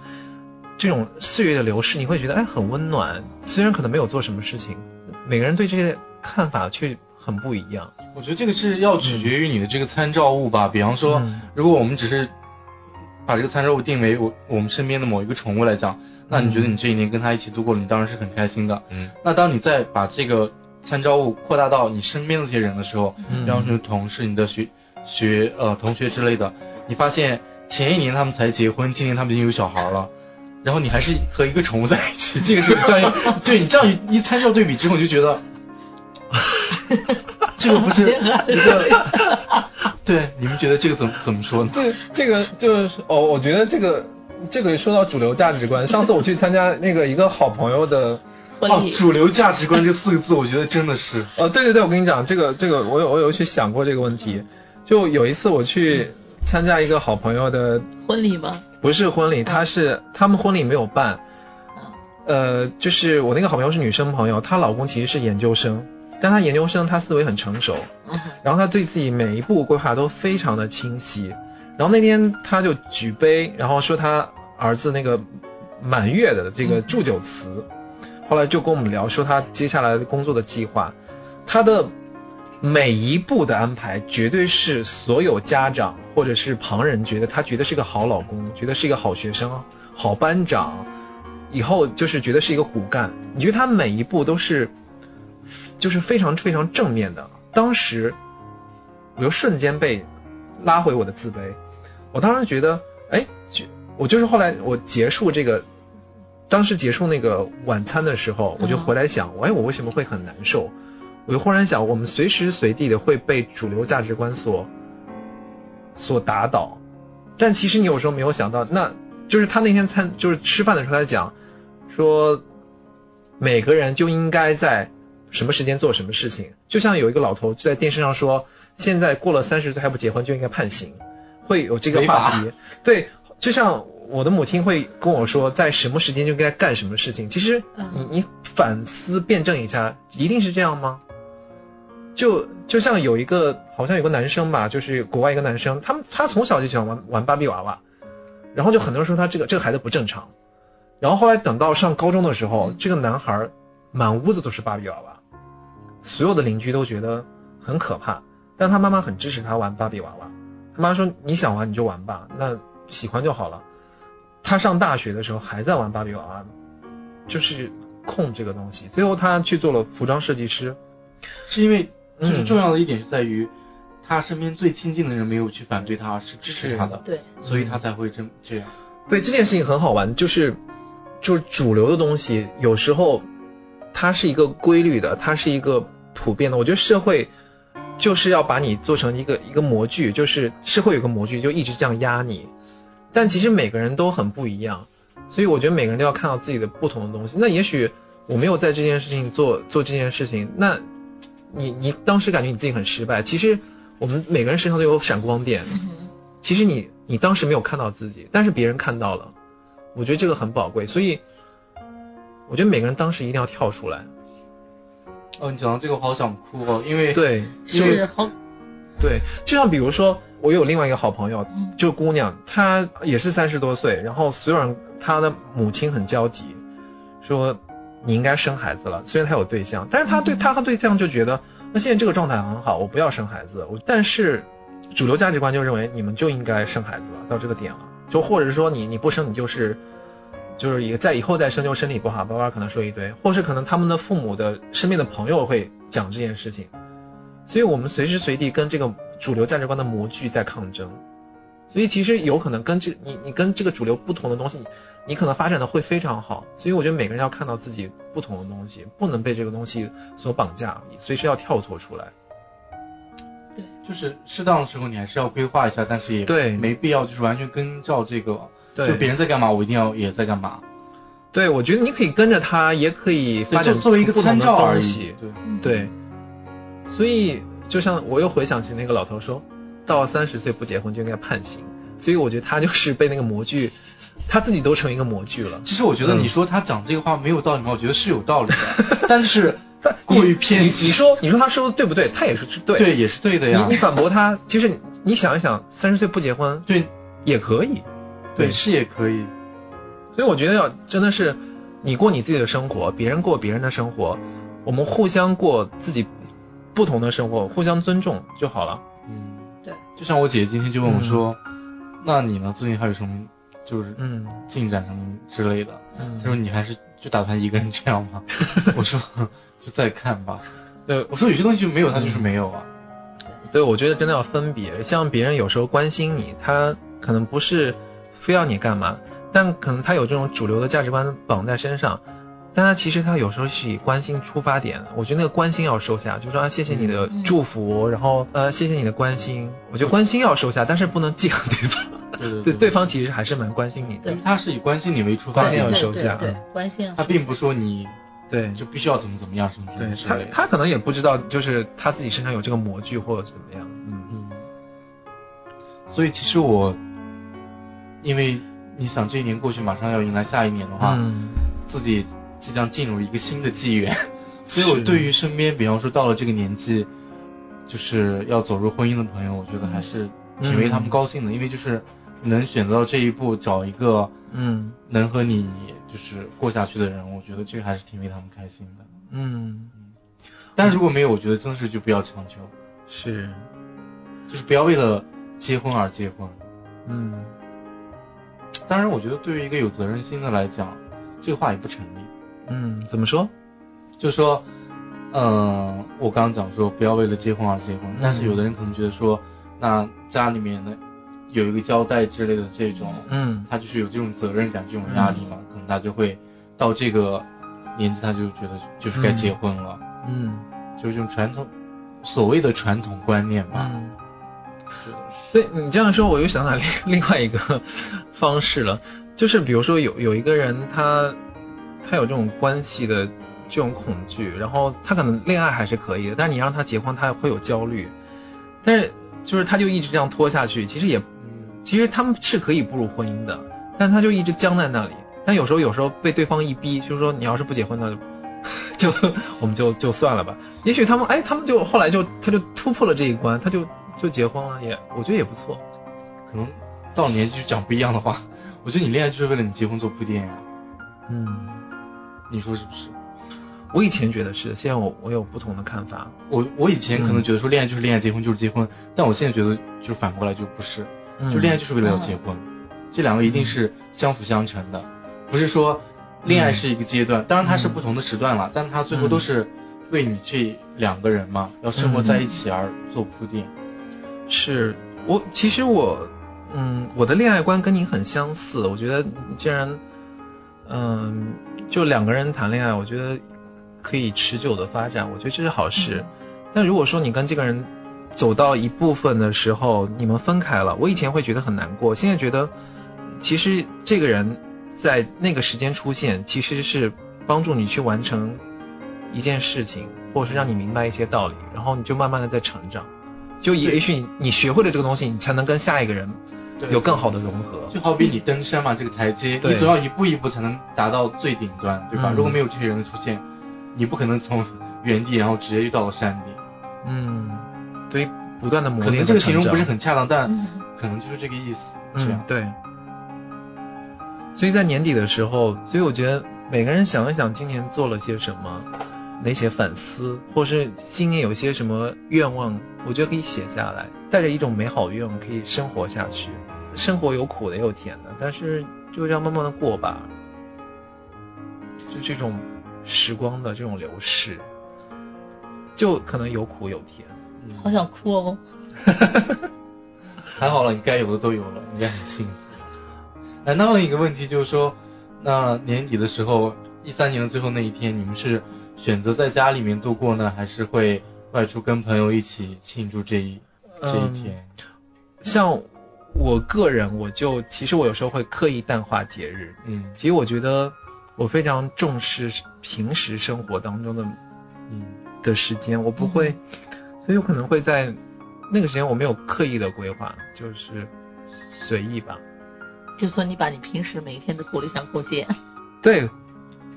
Speaker 2: 这种岁月的流逝你会觉得哎很温暖，虽然可能没有做什么事情，每个人对这些看法却很不一样。
Speaker 5: 我觉得这个是要取决于你的这个参照物吧。比方说，
Speaker 2: 嗯
Speaker 5: 如果我们只是把这个参照物定为我我们身边的某一个宠物来讲，那你觉得你这一年跟它一起度过了，你当然是很开心的。
Speaker 4: 嗯，
Speaker 5: 那当你再把这个参照物扩大到你身边的这些人的时候，
Speaker 2: 嗯
Speaker 5: 比方说你的同事、你的学学呃同学之类的，你发现前一年他们才结婚，今年他们已经有小孩了。然后你还是和一个宠物在一起，这个是你这样一对你这样一一参照对比之后，你就觉得这个不是一个对，你们觉得这个怎么怎么说呢？
Speaker 2: 这这个就是哦，我觉得这个这个说到主流价值观，上次我去参加那个一个好朋友的。
Speaker 7: 婚
Speaker 5: 哦，
Speaker 7: 礼，
Speaker 5: 主流价值观这四个字，我觉得真的是
Speaker 2: 呃，对对对，我跟你讲，这个这个，我有我有去想过这个问题。就有一次我去参加一个好朋友的，
Speaker 7: 婚礼吗？
Speaker 2: 不是婚礼，他是他们婚礼没有办
Speaker 7: 啊。
Speaker 2: 呃，就是我那个好朋友是女生朋友，她老公其实是研究生，但她研究生她思维很成熟，
Speaker 7: 嗯
Speaker 2: 然后她对自己每一步规划都非常的清晰。然后那天她就举杯，然后说她儿子那个满月的这个祝酒词，后来就跟我们聊说她接下来的工作的计划，她的每一步的安排绝对是所有家长或者是旁人觉得她觉得是个好老公，觉得是一个好学生、好班长，以后就是觉得是一个骨干。你觉得她每一步都是就是非常非常正面的。当时我就瞬间被拉回我的自卑，我当时觉得，哎，就我就是后来我结束这个，当时结束那个晚餐的时候，我就回来想，哎，我为什么会很难受？我就忽然想，我们随时随地的会被主流价值观所所打倒，但其实你有时候没有想到，那就是他那天餐就是吃饭的时候他讲说，每个人就应该在什么时间做什么事情，就像有一个老头就在电视上说，现在过了三十岁还不结婚就应该判刑，会有这个话题，对，就像。我的母亲会跟我说，在什么时间就应该干什么事情。其实你
Speaker 7: 嗯
Speaker 2: 你反思辩证一下，一定是这样吗？就就像有一个好像有个男生吧，就是国外一个男生，他们他从小就喜欢玩玩芭比娃娃，然后就很多人说他这个这个孩子不正常，然后后来等到上高中的时候，这个男孩满屋子都是芭比娃娃，所有的邻居都觉得很可怕，但他妈妈很支持他玩芭比娃娃，他妈说你想玩你就玩吧，那喜欢就好了。他上大学的时候还在玩芭比娃娃，就是控这个东西，最后他去做了服装设计师，
Speaker 5: 是因为就是
Speaker 2: 嗯
Speaker 5: 重要的一点是在于，他身边最亲近的人没有去反对他，是支持他的，
Speaker 7: 对，
Speaker 5: 所以他才会这这样。
Speaker 2: 对这件事情很好玩，就是就是主流的东西，有时候它是一个规律的，它是一个普遍的。我觉得社会就是要把你做成一个一个模具，就是社会有个模具就一直这样压你，但其实每个人都很不一样，所以我觉得每个人都要看到自己的不同的东西。那也许我没有在这件事情做做这件事情，那你你当时感觉你自己很失败，其实我们每个人身上都有闪光点。
Speaker 7: 嗯
Speaker 2: 其实你你当时没有看到自己，但是别人看到了，我觉得这个很宝贵，所以我觉得每个人当时一定要跳出来。
Speaker 5: 哦，你讲到这个，我好想哭哦，因为
Speaker 2: 对
Speaker 5: 因为
Speaker 7: 是好，
Speaker 2: 对，就像比如说，我有另外一个好朋友，
Speaker 7: 嗯
Speaker 2: 就是姑娘，她也是三十多岁，然后所有人她的母亲很焦急，说你应该生孩子了。虽然她有对象，但是她对
Speaker 7: 嗯
Speaker 2: 她和对象就觉得，那现在这个状态很好，我不要生孩子。我但是主流价值观就认为你们就应该生孩子了，到这个点了。就或者说你你不生你就是就是也在以后再生就身体不好，叭叭可能说一堆，或是可能他们的父母的身边的朋友会讲这件事情，所以我们随时随地跟这个主流价值观的模具在抗争，所以其实有可能跟这你你跟这个主流不同的东西，你你可能发展的会非常好，所以我觉得每个人要看到自己不同的东西，不能被这个东西所绑架，随时要跳脱出来。
Speaker 5: 就是适当的时候你还是要规划一下，但是也
Speaker 2: 对
Speaker 5: 没必要就是完全跟照这个，
Speaker 2: 对
Speaker 5: 就别人在干嘛我一定要也在干嘛，
Speaker 2: 对，我觉得你可以跟着他，也可以
Speaker 5: 对，
Speaker 2: 发
Speaker 5: 就
Speaker 2: 展
Speaker 5: 作为一个
Speaker 2: 不同
Speaker 5: 参
Speaker 2: 的嗯
Speaker 5: 照而
Speaker 2: 东
Speaker 5: 已嗯
Speaker 2: 西。。
Speaker 5: 对，
Speaker 2: 对，所以就像我又回想起那个老头说，到三十岁不结婚就应该判刑，所以我觉得他就是被那个模具，他自己都成一个模具了。
Speaker 5: 其实我觉得你说他讲这个话没有道理吗？我觉得是有道理
Speaker 2: *laughs*
Speaker 5: 的，但是过于
Speaker 2: 你
Speaker 5: 偏
Speaker 2: 你
Speaker 5: 激，
Speaker 2: 说你说他说的对不对？他也是对。
Speaker 5: 对，也是对的呀
Speaker 2: 你你。反驳他，其实你想一想，三十岁不结婚
Speaker 5: 对
Speaker 2: 也可以。
Speaker 5: 对，是也可以。
Speaker 2: 所以我觉得要真的是你过你自己的生活，别人过别人的生活，我们互相过自己不同的生活，互相尊重就好了。
Speaker 5: 嗯，
Speaker 7: 对。
Speaker 5: 就像我姐姐今天就问我说：“那你呢？最近还有什么就是
Speaker 2: 嗯
Speaker 5: 进展什么之类的？”她说：“
Speaker 2: 嗯，
Speaker 5: 你还是就打算一个人这样
Speaker 2: *laughs*
Speaker 5: 吗？”我说：“就再看吧。
Speaker 2: 对”
Speaker 5: 我说：“有些东西就没有，它就是没有啊。
Speaker 2: 对，我觉得真的要分别，像别人有时候关心你，他可能不是非要你干嘛，但可能他有这种主流的价值观绑在身上。但他其实他有时候是以关心出发点，我觉得那个关心要收下，就说啊谢谢你的
Speaker 7: 嗯
Speaker 2: 祝福，然后呃谢谢你的关心，我觉得关心要收下，但是不能寄养对方。
Speaker 5: 对
Speaker 2: 嗯对，对方其实还是蛮关心你的
Speaker 5: 因。为他是以关心你为出发
Speaker 2: 关心
Speaker 5: 点
Speaker 2: 要
Speaker 5: 的，
Speaker 2: 收
Speaker 7: 对
Speaker 2: 下
Speaker 7: 对
Speaker 2: 嗯，
Speaker 7: 关心
Speaker 5: 他并不说你
Speaker 2: 对，
Speaker 5: 就必须要怎么怎么样什么什
Speaker 2: 对
Speaker 5: 么之
Speaker 2: 他
Speaker 5: 类的。
Speaker 2: 他可能也不知道，就是他自己身上有这个模具或者是怎么样。嗯，
Speaker 5: 嗯，所以其实我，因为你想这一年过去，马上要迎来下一年的话，
Speaker 2: 嗯，
Speaker 5: 自己即将进入一个新的纪元，所以我
Speaker 2: 是
Speaker 5: 对于身边，比方说到了这个年纪，就是要走入婚姻的朋友，我觉得还是挺为他们高兴的，因为就是能选择到这一步，找一个
Speaker 2: 嗯
Speaker 5: 能和你就是过下去的人，我觉得这个还是挺为他们开心的。
Speaker 2: 嗯，
Speaker 5: 但是如果没有，我觉得真的是就不要强求，
Speaker 2: 是，
Speaker 5: 就是不要为了结婚而结婚。
Speaker 2: 嗯
Speaker 5: 当然，我觉得对于一个有责任心的来讲，这个话也不成立。
Speaker 2: 嗯，怎么说？
Speaker 5: 就说，嗯、我刚刚讲说不要为了结婚而结婚，但是有的人可能觉得说，那家里面的有一个交代之类的这种，
Speaker 2: 嗯
Speaker 5: 他就是有这种责任感、这种压力嘛，可能他就会到这个年纪，他就觉得就是该结婚了，
Speaker 2: 嗯
Speaker 5: 就是这种传统，所谓的传统观念吧。
Speaker 2: 嗯，
Speaker 5: 啊是的
Speaker 2: 对你这样说，我又想到另 *laughs* 另外一个方式了，就是比如说有有一个人他他有这种关系的这种恐惧，然后他可能恋爱还是可以的，但你让他结婚，他会有焦虑，但是就是他就一直这样拖下去，其实也
Speaker 5: 嗯
Speaker 2: 其实他们是可以步入婚姻的，但他就一直僵在那里。但有时候有时候被对方一逼，就是说你要是不结婚那就 *laughs* 就我们就就算了吧。也许他们哎，他们就后来就他就突破了这一关，他就就结婚了，也我觉得也不错。
Speaker 5: 可能到了年纪就讲不一样的话。 *laughs* 我觉得你恋爱就是为了你结婚做铺垫呀、
Speaker 2: 嗯，
Speaker 5: 你说是不是？
Speaker 2: 我以前觉得是，现在我我有不同的看法。
Speaker 5: 我我以前可能觉得说恋爱就是恋爱，结婚就是结婚，但我现在觉得就是反过来就不是，
Speaker 2: 嗯
Speaker 5: 就恋爱就是为了要结婚，这两个一定是相辅相成的，不是说恋爱是一个阶段，当然它是不同的时段了，但它最后都是为你这两个人嘛要生活在一起而做铺垫。
Speaker 2: 是我其实我嗯，我的恋爱观跟你很相似。我觉得既然嗯，就两个人谈恋爱，我觉得可以持久的发展，我觉得这是好事。但如果说你跟这个人走到一部分的时候，你们分开了，我以前会觉得很难过，现在觉得其实这个人在那个时间出现，其实是帮助你去完成一件事情，或者是让你明白一些道理，然后你就慢慢的在成长。就也
Speaker 5: 对
Speaker 2: 也许你你学会了这个东西，你才能跟下一个人
Speaker 5: 对
Speaker 2: 有更好的融合。
Speaker 5: 就好比你登山嘛，这个台阶，
Speaker 2: 对
Speaker 5: 你总要一步一步才能达到最顶端，对吧？
Speaker 2: 嗯
Speaker 5: 如果没有这些人的出现，你不可能从原地然后直接就到了山顶。
Speaker 2: 嗯，对于不断的磨
Speaker 5: 可
Speaker 2: 练和成长，
Speaker 5: 能这个形容不是很恰当，但
Speaker 7: 嗯
Speaker 5: 可能就是这个意思。这
Speaker 2: 嗯
Speaker 5: 样，，
Speaker 2: 对。所以在年底的时候，所以我觉得每个人想一想今年做了些什么，哪些反思，或是今年有些什么愿望，我觉得可以写下来，带着一种美好愿望可以生活下去。生活有苦的也有甜的，但是就这样慢慢的过吧。就这种时光的这种流逝，就可能有苦有甜。嗯
Speaker 7: 好想哭哦。
Speaker 5: *laughs* 还好了，你该有的都有了，你也很幸福。哎，那问一个问题，就是说，那年底的时候，一三年的最后那一天，你们是选择在家里面度过呢，还是会外出跟朋友一起庆祝这一这一天？
Speaker 2: 像我个人，我就其实我有时候会刻意淡化节日。
Speaker 5: 嗯
Speaker 2: 其实我觉得我非常重视平时生活当中的
Speaker 5: 嗯
Speaker 2: 的时间，我不会，所以我可能会在那个时间我没有刻意的规划，就是随意吧。
Speaker 7: 就说你把你平时每一天都过得像过节，
Speaker 2: 对，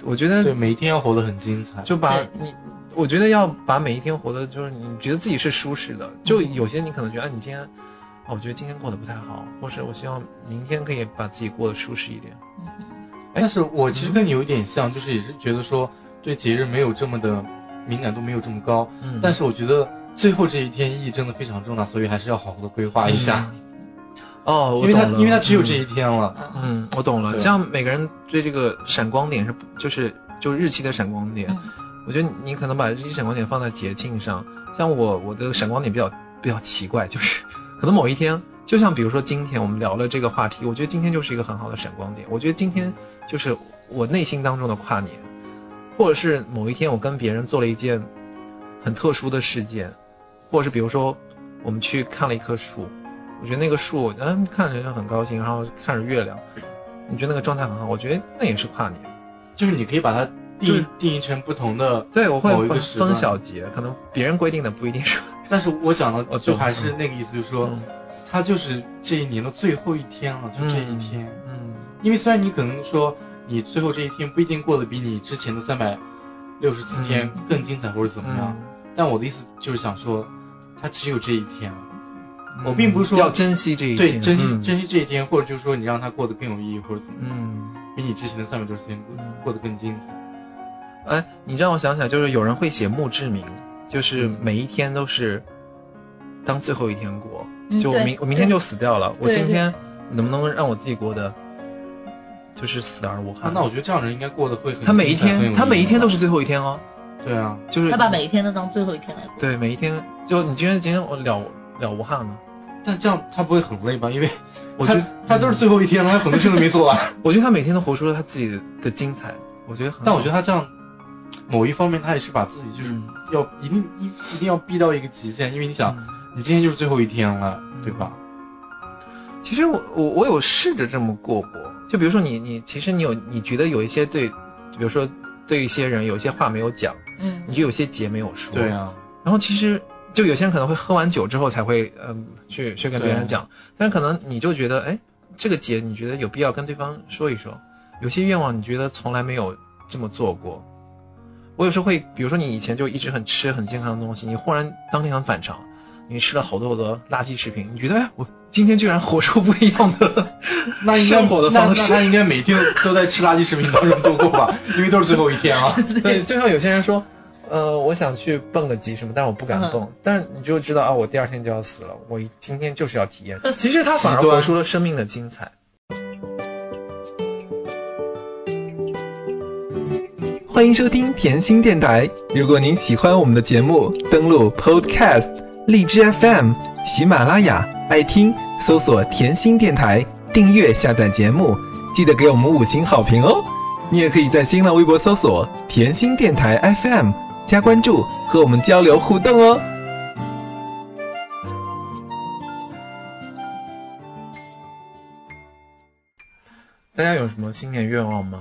Speaker 2: 我觉
Speaker 5: 对，
Speaker 2: 得
Speaker 5: 每一天要活得很精彩。
Speaker 2: 就把
Speaker 7: 对
Speaker 2: 你，我觉得要把每一天活的，就是你觉得自己是舒适的。就有些你可能觉得，啊，你今天，啊，我觉得今天过得不太好，或是我希望明天可以把自己过得舒适一点。
Speaker 7: 嗯
Speaker 5: 但是我其实跟你有一点像，就是也是觉得说对节日没有这么的敏感度没有这么高，
Speaker 2: 嗯
Speaker 5: 但是我觉得最后这一天意义真的非常重大，所以还是要好好的规划一下，
Speaker 2: 哦，
Speaker 5: 因
Speaker 2: 我
Speaker 5: 为
Speaker 2: 懂
Speaker 5: 它
Speaker 2: 了，
Speaker 5: 因为它只有
Speaker 2: 嗯
Speaker 5: 这一天了。
Speaker 7: 嗯
Speaker 2: 嗯，我懂了。
Speaker 5: 对
Speaker 2: 像每个人对这个闪光点是不，就是就日期的闪光点。
Speaker 7: 嗯
Speaker 2: 我觉得你你可能把日期闪光点放在节庆上，像我我的闪光点比较比较奇怪，就是 *laughs* 可能某一天，就像比如说今天我们聊了这个话题，我觉得今天就是一个很好的闪光点。我觉得今天就是我内心当中的跨年，或者是某一天我跟别人做了一件很特殊的事件，或者是比如说我们去看了一棵树，我觉得那个树，嗯，看着就很高兴，然后看着月亮，你觉得那个状态很好，我觉得那也是跨年。
Speaker 5: 就是你可以把它定
Speaker 2: 对
Speaker 5: 义定义成不同的，
Speaker 2: 对，我会
Speaker 5: 某一个
Speaker 2: 分
Speaker 5: 时段
Speaker 2: 分小节，可能别人规定的不一定是。
Speaker 5: 但是我讲的
Speaker 2: 我
Speaker 5: 就
Speaker 2: 懂
Speaker 5: 还是那个意思，就是说
Speaker 2: 哦嗯
Speaker 5: 它就是这一年的最后一天了，就这一天。
Speaker 2: 嗯，
Speaker 5: 因为虽然你可能说你最后这一天不一定过得比你之前的三百六十四天
Speaker 2: 嗯
Speaker 5: 更精彩或者怎么样，但我的意思就是想说，它只有这一天，
Speaker 2: 嗯
Speaker 5: 我并不是说
Speaker 2: 要珍惜这一
Speaker 5: 对，
Speaker 2: 天，
Speaker 5: 珍惜、
Speaker 2: 嗯
Speaker 5: 珍惜这一天，或者就是说你让它过得更有意义或者怎么样，
Speaker 2: 嗯，
Speaker 5: 比你之前的三百六十天过
Speaker 2: 嗯
Speaker 5: 过得更精彩。
Speaker 2: 哎，你让我想起来，就是有人会写墓志铭，就是
Speaker 5: 嗯
Speaker 2: 每一天都是当最后一天过，
Speaker 7: 嗯
Speaker 2: 就我
Speaker 7: 对
Speaker 2: 明我明天
Speaker 7: 对
Speaker 2: 就死掉了，我
Speaker 7: 对
Speaker 2: 今
Speaker 7: 对
Speaker 2: 天能不能让我自己过得就是死而无
Speaker 5: 啊
Speaker 2: 憾？
Speaker 5: 那我觉得这样的人应该过得会很
Speaker 2: 他每一
Speaker 5: 精彩很有
Speaker 2: 天，
Speaker 5: 意义
Speaker 2: 他每一天都是最后一天哦，
Speaker 5: 对啊，
Speaker 2: 就是
Speaker 7: 他把每一天都当最后一天来过。
Speaker 2: 对每一天，就你今天今天我了了无憾了，
Speaker 5: 但这样他不会很累吧？因为
Speaker 2: 我
Speaker 5: 他
Speaker 2: 觉得
Speaker 5: 他都是最后一天了，他很多事都没做完。
Speaker 2: *laughs* 我觉得他每天都活出了他自己的精彩，我觉得很好。
Speaker 5: 但我觉得他这样，某一方面他也是把自己就是
Speaker 2: 嗯
Speaker 5: 要一定一一定要逼到一个极限，因为你想，你今天就是最后一天了，
Speaker 2: 嗯
Speaker 5: 对吧？
Speaker 2: 其实我我我有试着这么过过，就比如说你你其实你有你觉得有一些对，比如说对一些人有一些话没有讲，
Speaker 7: 嗯
Speaker 2: 你就有些节没有说。
Speaker 5: 对。啊，
Speaker 2: 然后其实就有些人可能会喝完酒之后才会嗯去去跟别人讲，但是可能你就觉得哎这个节你觉得有必要跟对方说一说，有些愿望你觉得从来没有这么做过。我有时候会，比如说你以前就一直很吃很健康的东西，你忽然当天很反常，你吃了好多好多垃圾食品，你觉得哎我今天居然活出不一样的
Speaker 5: *laughs* 那应该
Speaker 2: 生活的方
Speaker 5: 啊那那他
Speaker 2: 式。
Speaker 5: 应该每天都在吃垃圾食品当中度过
Speaker 2: *laughs*
Speaker 5: 吧，因为都是最后一天啊。
Speaker 2: 对，就像有些人说，呃，我想去蹦个极什么，但是我不敢蹦，但是你就知道啊，我第二天就要死了，我今天就是要体验。其实他反而
Speaker 5: 极端
Speaker 2: 活出了生命的精彩。
Speaker 1: 欢迎收听甜心电台。如果您喜欢我们的节目，登录 Podcast、荔枝 FM、喜马拉雅、爱听，搜索“甜心电台”，订阅下载节目，记得给我们五星好评哦。你也可以在新浪微博搜索“甜心电台 FM”，加关注和我们交流互动哦。
Speaker 2: 大家有什么新年愿望吗？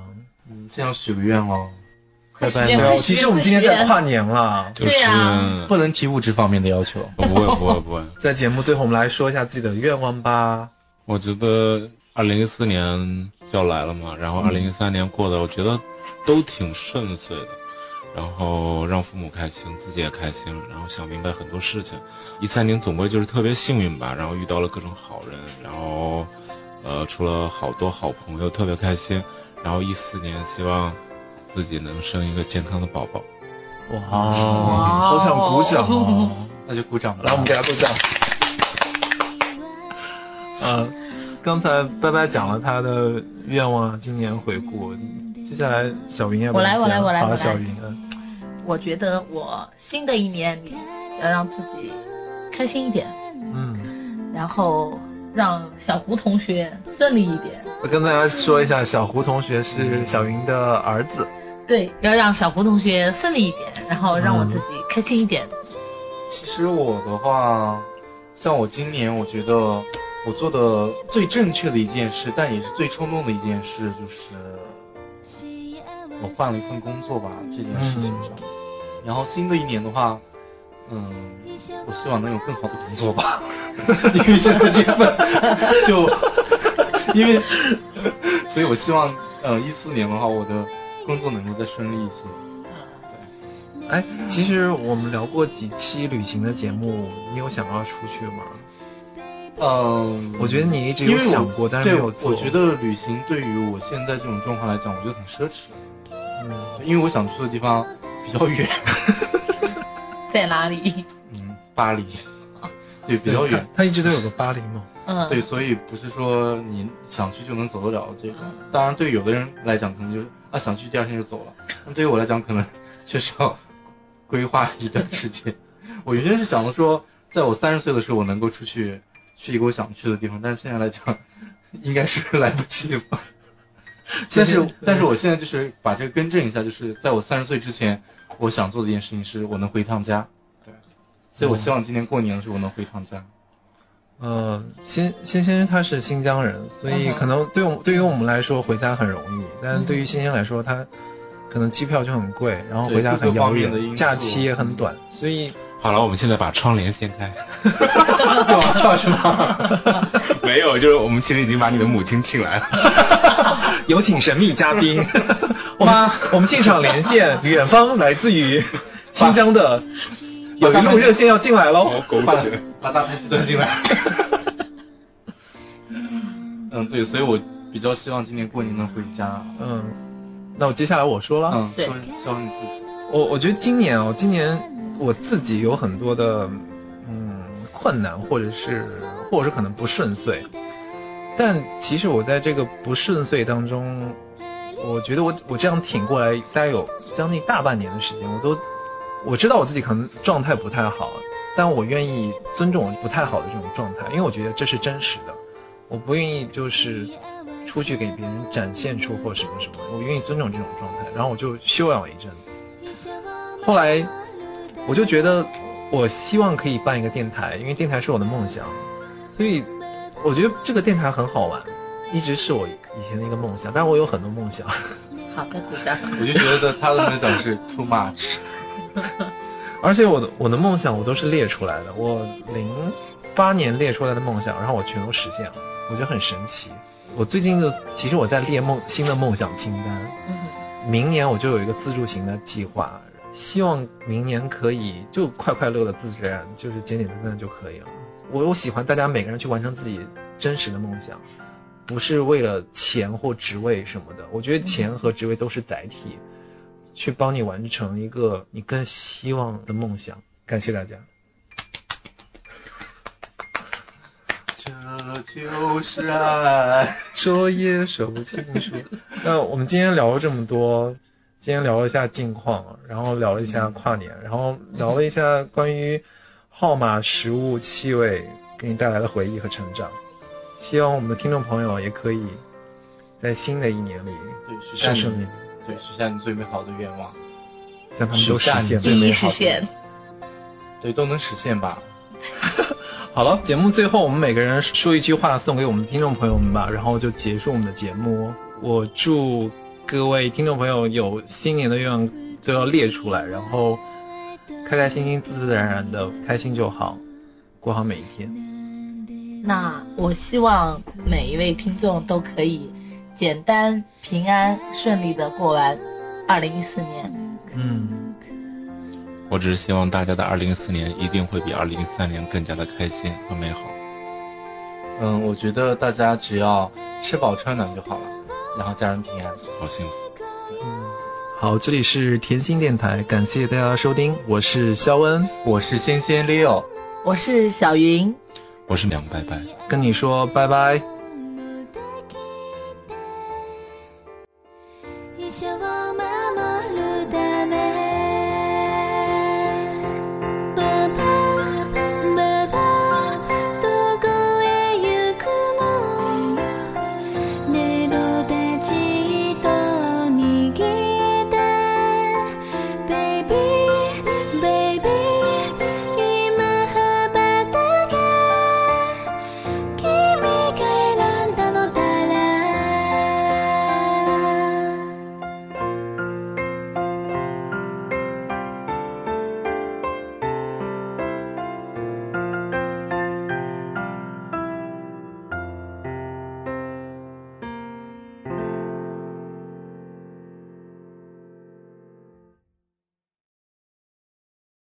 Speaker 5: 嗯， *laughs* 这样许个愿
Speaker 2: *laughs*
Speaker 5: 望，拜拜
Speaker 7: 许愿
Speaker 5: 拜
Speaker 7: 望
Speaker 5: 拜。
Speaker 7: 许
Speaker 2: 其实我们今天在跨年了，
Speaker 4: 就是
Speaker 7: 对啊
Speaker 5: 不能提物质方面的要求。
Speaker 4: 我 *laughs* 不会不会不会，
Speaker 2: 在节目最后我们来说一下自己的愿望吧。
Speaker 4: 我觉得二零一四年就要来了嘛，然后二零一三年过得我觉得都挺顺遂的，然后让父母开心，自己也开心，然后想明白很多事情。一三年总归就是特别幸运吧，然后遇到了各种好人，然后呃除了好多好朋友，特别开心。然后一四年希望自己能生一个健康的宝宝。
Speaker 2: 哇，
Speaker 7: 哇
Speaker 2: 好想鼓掌哦！
Speaker 5: 那就鼓掌吧。
Speaker 2: 来，我们给他鼓掌。嗯、刚才拜拜讲了他的愿望，今年回顾，接下来小云要不
Speaker 7: 我来
Speaker 2: 要
Speaker 7: 我来
Speaker 2: 讲
Speaker 7: 我来
Speaker 2: 好
Speaker 7: 我来
Speaker 2: 小云，嗯
Speaker 7: 我觉得我新的一年里要让自己开心一点，
Speaker 2: 嗯，
Speaker 7: 然后让小胡同学顺利一点。
Speaker 2: 我跟大家说一下，小胡同学是小云的儿子，
Speaker 7: 对，要让小胡同学顺利一点，然后让
Speaker 5: 嗯
Speaker 7: 我自己开心一点。
Speaker 5: 其实我的话，像我今年，我觉得我做的最正确的一件事，但也是最冲动的一件事，就是我换了一份工作吧，这件事情上。然后新的一年的话，嗯，我希望能有更好的工作吧， *laughs* 因为现在这份就因为，所以我希望，呃，一四年的话，我的工作能够再顺利一些。
Speaker 2: 哎，其实我们聊过几期旅行的节目，你有想要出去吗？
Speaker 5: 嗯，
Speaker 2: 我觉得你一直有想过，但是没
Speaker 5: 对，
Speaker 2: 有做。
Speaker 5: 我觉，得旅行对于我现在这种状况来讲，我觉得很奢侈，
Speaker 2: 嗯，
Speaker 5: 因为我想去的地方比较远，
Speaker 7: 在哪
Speaker 5: *laughs*
Speaker 7: 里？
Speaker 5: 嗯，巴黎， *laughs* 对，比较远，
Speaker 2: 他他一直都有个巴黎梦。
Speaker 7: 嗯，
Speaker 5: 对，所以不是说你想去就能走得了这种。当然，对有的人来讲，可能就是啊想去第二天就走了，那对于我来讲，可能 *laughs* 确实要规划一段时间。 *laughs* 我原先是想着说，在我三十岁的时候，我能够出去去一个我想去的地方，但是现在来讲，应该是来不及了吧。但是，嗯但是我现在就是把这个更正一下，就是在我三十岁之前，我想做的一件事情是我能回一趟家。对，所以我希望今年过年的时候我能回一趟家。 *laughs*
Speaker 2: 嗯，先先先生他是新疆人，所以
Speaker 7: 嗯哼
Speaker 2: 可能对我对于我们来说回家很容易，但是对
Speaker 5: 嗯
Speaker 2: 于先生来说，他可能机票就很贵，然后
Speaker 5: 对
Speaker 2: 回家
Speaker 5: 各
Speaker 2: 很
Speaker 5: 个
Speaker 2: 遥
Speaker 5: 方面的
Speaker 2: 远，
Speaker 5: 因素嗯
Speaker 2: 假期也很短，所以
Speaker 4: 好了，我们现在把窗帘掀开。
Speaker 5: 干嘛这样是吗？
Speaker 4: *laughs* 没有，就是我们其实已经把你的母亲请来了。
Speaker 2: 有请神秘嘉
Speaker 5: *laughs*
Speaker 2: 宾，我们我们现场连线，远方来自于新疆
Speaker 5: *laughs*
Speaker 2: 的，有一路热线要进来喽。
Speaker 4: 狗
Speaker 5: 把把大盘鸡端进来。嗯，对，所以我比较希望今年过年能回家。
Speaker 2: 嗯，那我接下来我说了，
Speaker 5: 嗯，
Speaker 7: 对
Speaker 5: 说说你自己。
Speaker 2: 我我觉得今年哦，今年我自己有很多的嗯困难，或者是或者是可能不顺遂，但其实我在这个不顺遂当中，我觉得我我这样挺过来，大概有将近大半年的时间，我都我知道我自己可能状态不太好，但我愿意尊重我不太好的这种状态，因为我觉得这是真实的，我不愿意就是出去给别人展现出或什么什么，我愿意尊重这种状态，然后我就休养了一阵子。后来我就觉得，我希望可以办一个电台，因为电台是我的梦想，所以我觉得这个电台很好玩，一直是我以前的一个梦想。但我有很多梦想， *laughs*
Speaker 7: 好的，鼓掌。
Speaker 5: 我就觉得他的梦想是 too much。
Speaker 2: 而且我的我的梦想我都是列出来的，我零八年列出来的梦想，然后我全都实现了，我觉得很神奇。我最近就其实我在列梦新的梦想清单，
Speaker 7: 嗯，
Speaker 2: 明年我就有一个自助型的计划，希望明年可以就快快乐乐、自然，就是简简单单就可以了。我我喜欢大家每个人去完成自己真实的梦想，不是为了钱或职位什么的。我觉得钱和职位都是载体，去帮你完成一个你更希望的梦想。感谢大家。
Speaker 5: 这就是爱。
Speaker 2: 说也说不清楚。 *laughs* 那我们今天聊了这么多，今天聊了一下近况，然后聊了一下跨年，然后聊了一下关于号码、食物、气味给你带来的回忆和成长。希望我们的听众朋友也可以在新的一年里
Speaker 5: 对，许下
Speaker 2: 战胜你
Speaker 5: 你，，对，许下你最美好的愿望。
Speaker 2: 让他们都实现
Speaker 5: 最
Speaker 2: 了。
Speaker 7: 一
Speaker 5: 美
Speaker 7: 一
Speaker 5: 好
Speaker 7: 实
Speaker 5: 的
Speaker 7: 现。
Speaker 5: 对，都能实现吧。
Speaker 2: 好了，节目最后我们每个人说一句话送给我们的听众朋友们吧，然后就结束我们的节目。我祝各位听众朋友有新年的愿望都要列出来，然后开开心心、自自然然的开心就好，过好每一天。
Speaker 7: 那我希望每一位听众都可以简单、平安、顺利的过完二零一四年。
Speaker 2: 嗯，
Speaker 4: 我只是希望大家的二零一四年一定会比二零一三年更加的开心和美好。
Speaker 5: 嗯，我觉得大家只要吃饱穿暖就好了，然后家人平安。
Speaker 4: 好幸福。
Speaker 2: 好，这里是甜心电台，感谢大家的收听，我是肖恩，
Speaker 5: 我是仙仙 Leo。
Speaker 7: 我是小云，
Speaker 4: 我是梁拜拜。
Speaker 7: 哎
Speaker 2: 跟你说拜拜。
Speaker 8: 「
Speaker 3: 一些浪漫